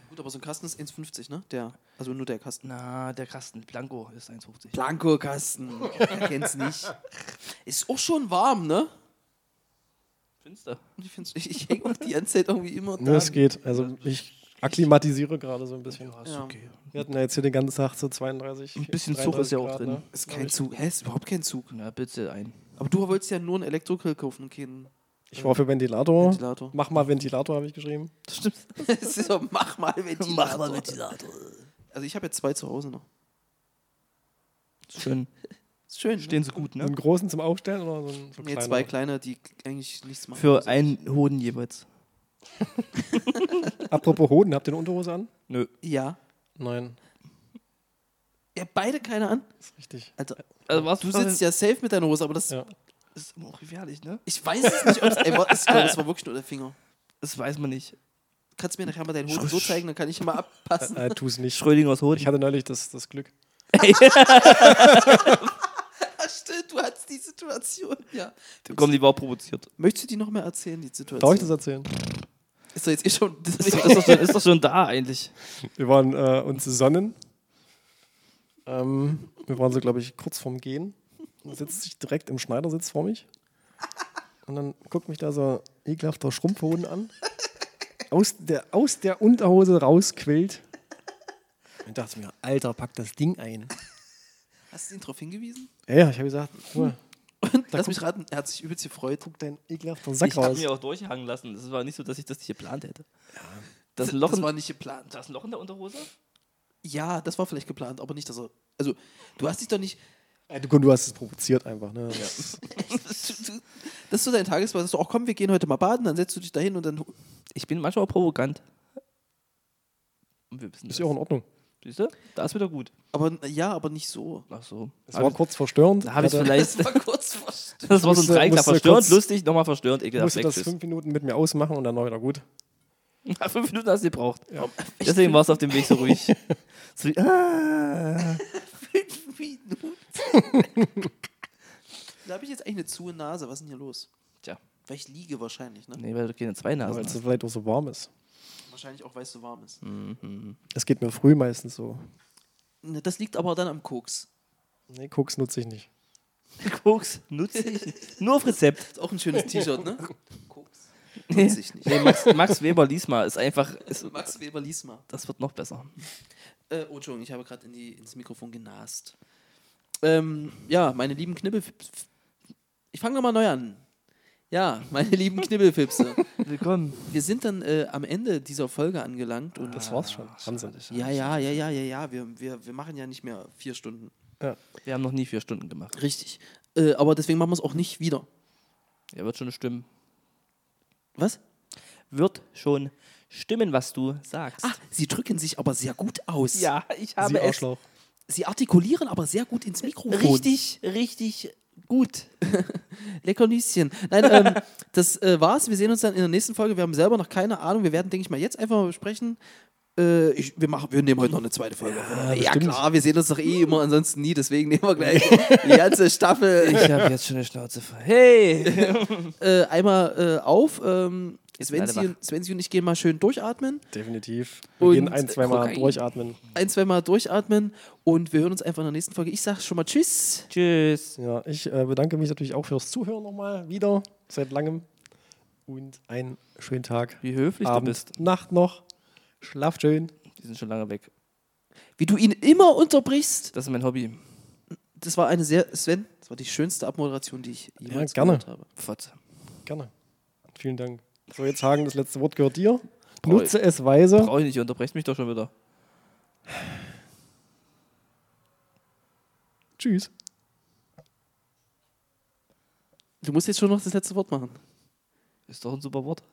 Speaker 1: Gut, aber so ein Kasten ist 1,50, ne? Der, also nur der Kasten.
Speaker 2: Na, der Kasten, Blanco, ist 1,50.
Speaker 1: Blanko-Kasten. Wer kennt's nicht? Ist auch schon warm, ne?
Speaker 2: Finster.
Speaker 1: Ich, find's- ich, ich hänge auch die ganze Zeit irgendwie immer
Speaker 3: Ne,
Speaker 1: da.
Speaker 3: es geht. Also ich akklimatisiere gerade so ein bisschen.
Speaker 2: Ja, ist
Speaker 1: Ja.
Speaker 2: okay.
Speaker 3: Wir hatten ja jetzt hier den ganzen Tag so 32.
Speaker 2: Ein bisschen Zug ist ja auch drin.
Speaker 3: ne?
Speaker 1: Ist kein Zug. Hä, ist überhaupt kein Zug.
Speaker 2: Na, bitte ein.
Speaker 1: Aber du wolltest ja nur einen Elektrogrill kaufen und keinen
Speaker 3: Ich war für Ventilator.
Speaker 1: Ventilator.
Speaker 3: Mach mal Ventilator, habe ich geschrieben.
Speaker 1: Das stimmt. das ist so, mach mal Ventilator. Mach mal Ventilator. Also ich habe jetzt zwei zu Hause noch.
Speaker 2: Schön.
Speaker 1: Ist schön. ne?
Speaker 2: Stehen sie gut,
Speaker 3: So
Speaker 2: ne?
Speaker 3: einen großen zum Aufstellen oder so einen so
Speaker 1: nee,
Speaker 3: kleinen?
Speaker 1: zwei kleine, die eigentlich nichts machen.
Speaker 2: Für einen Hoden jeweils.
Speaker 3: Apropos Hoden, habt ihr eine Unterhose an?
Speaker 2: Nö.
Speaker 1: ja.
Speaker 3: Nein.
Speaker 1: Ja, beide keine an.
Speaker 3: Ist richtig.
Speaker 1: Also,
Speaker 2: Also warst
Speaker 1: du sitzt ja safe mit deiner Hose, aber das.
Speaker 2: Also
Speaker 3: Ja.
Speaker 2: Ist immer auch gefährlich, ne?
Speaker 1: Ich weiß es nicht, ob es. Ey, wa- ich glaube, es war wirklich nur der Finger.
Speaker 2: Das weiß man nicht.
Speaker 1: Kannst du mir nachher mal deinen Hoden so zeigen, dann kann ich mal abpassen.
Speaker 3: Äh, tu es nicht.
Speaker 2: Schrödinger aus
Speaker 3: Ich
Speaker 2: Hoden.
Speaker 3: hatte neulich das, das Glück.
Speaker 1: Ah, Stimmt, du hattest die Situation, ja.
Speaker 2: Komm, die war provoziert.
Speaker 1: Möchtest du die noch mehr erzählen, die Situation?
Speaker 3: Darf ich das erzählen?
Speaker 1: Ist doch jetzt eh schon. Das
Speaker 2: Ist doch schon, ist doch schon da eigentlich.
Speaker 3: Wir waren äh, uns sonnen. Ähm, wir waren so, glaube ich, kurz vorm Gehen. Und sitzt sich direkt im Schneidersitz vor mich. Und dann guckt mich da so ekelhafter Schrumpfhoden an. Aus der, aus der Unterhose rausquillt. Und dachte mir, Alter, pack das Ding ein.
Speaker 1: hast du ihn darauf hingewiesen?
Speaker 3: Ja, ja, ich habe gesagt, guck mal,
Speaker 1: Und lass mich raten, er hat sich übelst gefreut.
Speaker 3: guck dein ekelhafter Sack
Speaker 2: Ich habe
Speaker 3: raus.
Speaker 2: mir auch durchhangen lassen. Es war nicht so, dass ich das nicht geplant hätte. Das
Speaker 1: Das,
Speaker 2: Loch, in,
Speaker 1: war nicht geplant.
Speaker 2: das Loch in der Unterhose?
Speaker 1: Ja, das war vielleicht geplant, aber nicht, dass er. Also, du hast dich doch nicht.
Speaker 3: Äh, Du, du hast es provoziert einfach. Ne?
Speaker 1: Das ist so dein Tagesweise, dass du, ach komm, wir gehen heute mal baden, dann setzt du dich dahin und dann.
Speaker 2: Ich bin manchmal auch provokant. Und wir wissen
Speaker 3: Ist ja auch in Ordnung.
Speaker 2: Siehst du? Da ist wieder gut.
Speaker 1: Aber ja, aber nicht so.
Speaker 2: Ach so.
Speaker 3: Es war kurz verstörend.
Speaker 2: Da habe ich
Speaker 3: Hatte-
Speaker 2: vielleicht.
Speaker 1: war kurz vor.
Speaker 2: Das war so ein
Speaker 3: Musste-
Speaker 2: Dreiklang.
Speaker 3: musste
Speaker 2: Verstörend,
Speaker 3: kurz-
Speaker 2: lustig, nochmal verstörend, ekelhaft,
Speaker 3: musste
Speaker 2: weg.
Speaker 3: das
Speaker 2: Tschüss.
Speaker 3: fünf Minuten mit mir ausmachen und dann war wieder gut.
Speaker 2: Na, Fünf Minuten hast du gebraucht. Deswegen war es auf dem Weg so ruhig. So wie, ah.
Speaker 1: Fünf Minuten. da habe ich jetzt eigentlich eine zuhe Nase. Was ist denn hier los?
Speaker 2: Tja.
Speaker 1: Weil ich liege wahrscheinlich, ne?
Speaker 2: Nee, weil du keine zwei
Speaker 3: Weil
Speaker 2: Nasen
Speaker 3: es
Speaker 2: hast.
Speaker 3: vielleicht auch so warm ist.
Speaker 1: Wahrscheinlich auch, weil es so warm ist.
Speaker 2: Hm.
Speaker 3: Es geht mir früh meistens so.
Speaker 1: Ne, Das liegt aber dann am Koks.
Speaker 3: Nee, Koks nutze ich nicht.
Speaker 2: Koks nutze ich nicht. Nur auf Rezept.
Speaker 1: Ist auch ein schönes T-Shirt, ne? Koks. Nutze ich nicht.
Speaker 2: Nee, Max, Max Weber lies mal. Ist einfach. Ist,
Speaker 1: Max Weber, lies mal.
Speaker 2: das wird noch besser.
Speaker 1: Äh, oh, Entschuldigung, ich habe gerade in die- ins Mikrofon genast. Ähm, ja, meine lieben Knibbelfips. Ich fange nochmal neu an. Ja, meine lieben Knibbelfipse.
Speaker 2: Willkommen.
Speaker 1: Wir sind dann äh, am Ende dieser Folge angelangt und
Speaker 3: Das war's schon. Wahnsinn.
Speaker 1: Ja, ja, ja, ja, ja, ja. Wir, wir, wir machen ja nicht mehr vier Stunden.
Speaker 2: Wir haben noch nie vier Stunden gemacht.
Speaker 1: Richtig. Äh, aber deswegen machen wir es auch nicht wieder.
Speaker 2: Ja, wird schon stimmen.
Speaker 1: Was?
Speaker 2: Wird schon stimmen, was du sagst.
Speaker 1: Ah, sie drücken sich aber sehr gut aus.
Speaker 2: ja, ich
Speaker 3: Sie
Speaker 2: habe es
Speaker 3: Arschloch.
Speaker 1: Sie artikulieren aber sehr gut ins Mikrofon.
Speaker 2: richtig, richtig gut.
Speaker 1: Lecker Nüsschen. Nein, ähm, das äh, war's. Wir sehen uns dann in der nächsten Folge. Wir haben selber noch keine Ahnung. Wir werden, denke ich mal, jetzt einfach mal besprechen. Äh, ich, wir, machen, wir nehmen heute noch eine zweite Folge. auf, oder? Ja,
Speaker 3: bestimmt.
Speaker 1: klar, wir sehen uns doch eh immer, ansonsten nie. Deswegen nehmen wir gleich die ganze Staffel
Speaker 2: Ich habe jetzt schon eine Schnauze voll. Hey!
Speaker 1: äh, einmal äh, auf. Ähm,
Speaker 2: alle wach.
Speaker 1: Svenzi, Svenzi und ich gehen mal schön durchatmen.
Speaker 3: Definitiv. Wir
Speaker 1: Und
Speaker 3: gehen ein, zweimal
Speaker 2: Kokain.
Speaker 3: durchatmen.
Speaker 1: Ein, zwei Mal durchatmen. Und wir hören uns einfach in der nächsten Folge. Ich sage schon mal Tschüss.
Speaker 2: Tschüss.
Speaker 3: Ja, ich äh, bedanke mich natürlich auch fürs Zuhören nochmal wieder. Seit langem. Und einen schönen Tag.
Speaker 2: Wie höflich
Speaker 3: Abend,
Speaker 2: du bist.
Speaker 3: Nacht noch. Schlaft schön.
Speaker 2: Die sind schon lange weg.
Speaker 1: Wie du ihn immer unterbrichst.
Speaker 2: Das ist mein Hobby.
Speaker 1: Das war eine sehr, Sven, das war die schönste Abmoderation, die ich jemals
Speaker 3: gerne.
Speaker 1: gehört habe.
Speaker 2: Fotze.
Speaker 3: Gerne. Vielen Dank. So, jetzt Hagen, das letzte Wort gehört dir.
Speaker 2: Brauch-
Speaker 3: Nutze es weise.
Speaker 2: Brauche ich nicht, ihr unterbrecht mich doch schon wieder.
Speaker 3: Tschüss.
Speaker 1: Du musst jetzt schon noch das letzte Wort machen.
Speaker 2: Ist doch ein super Wort.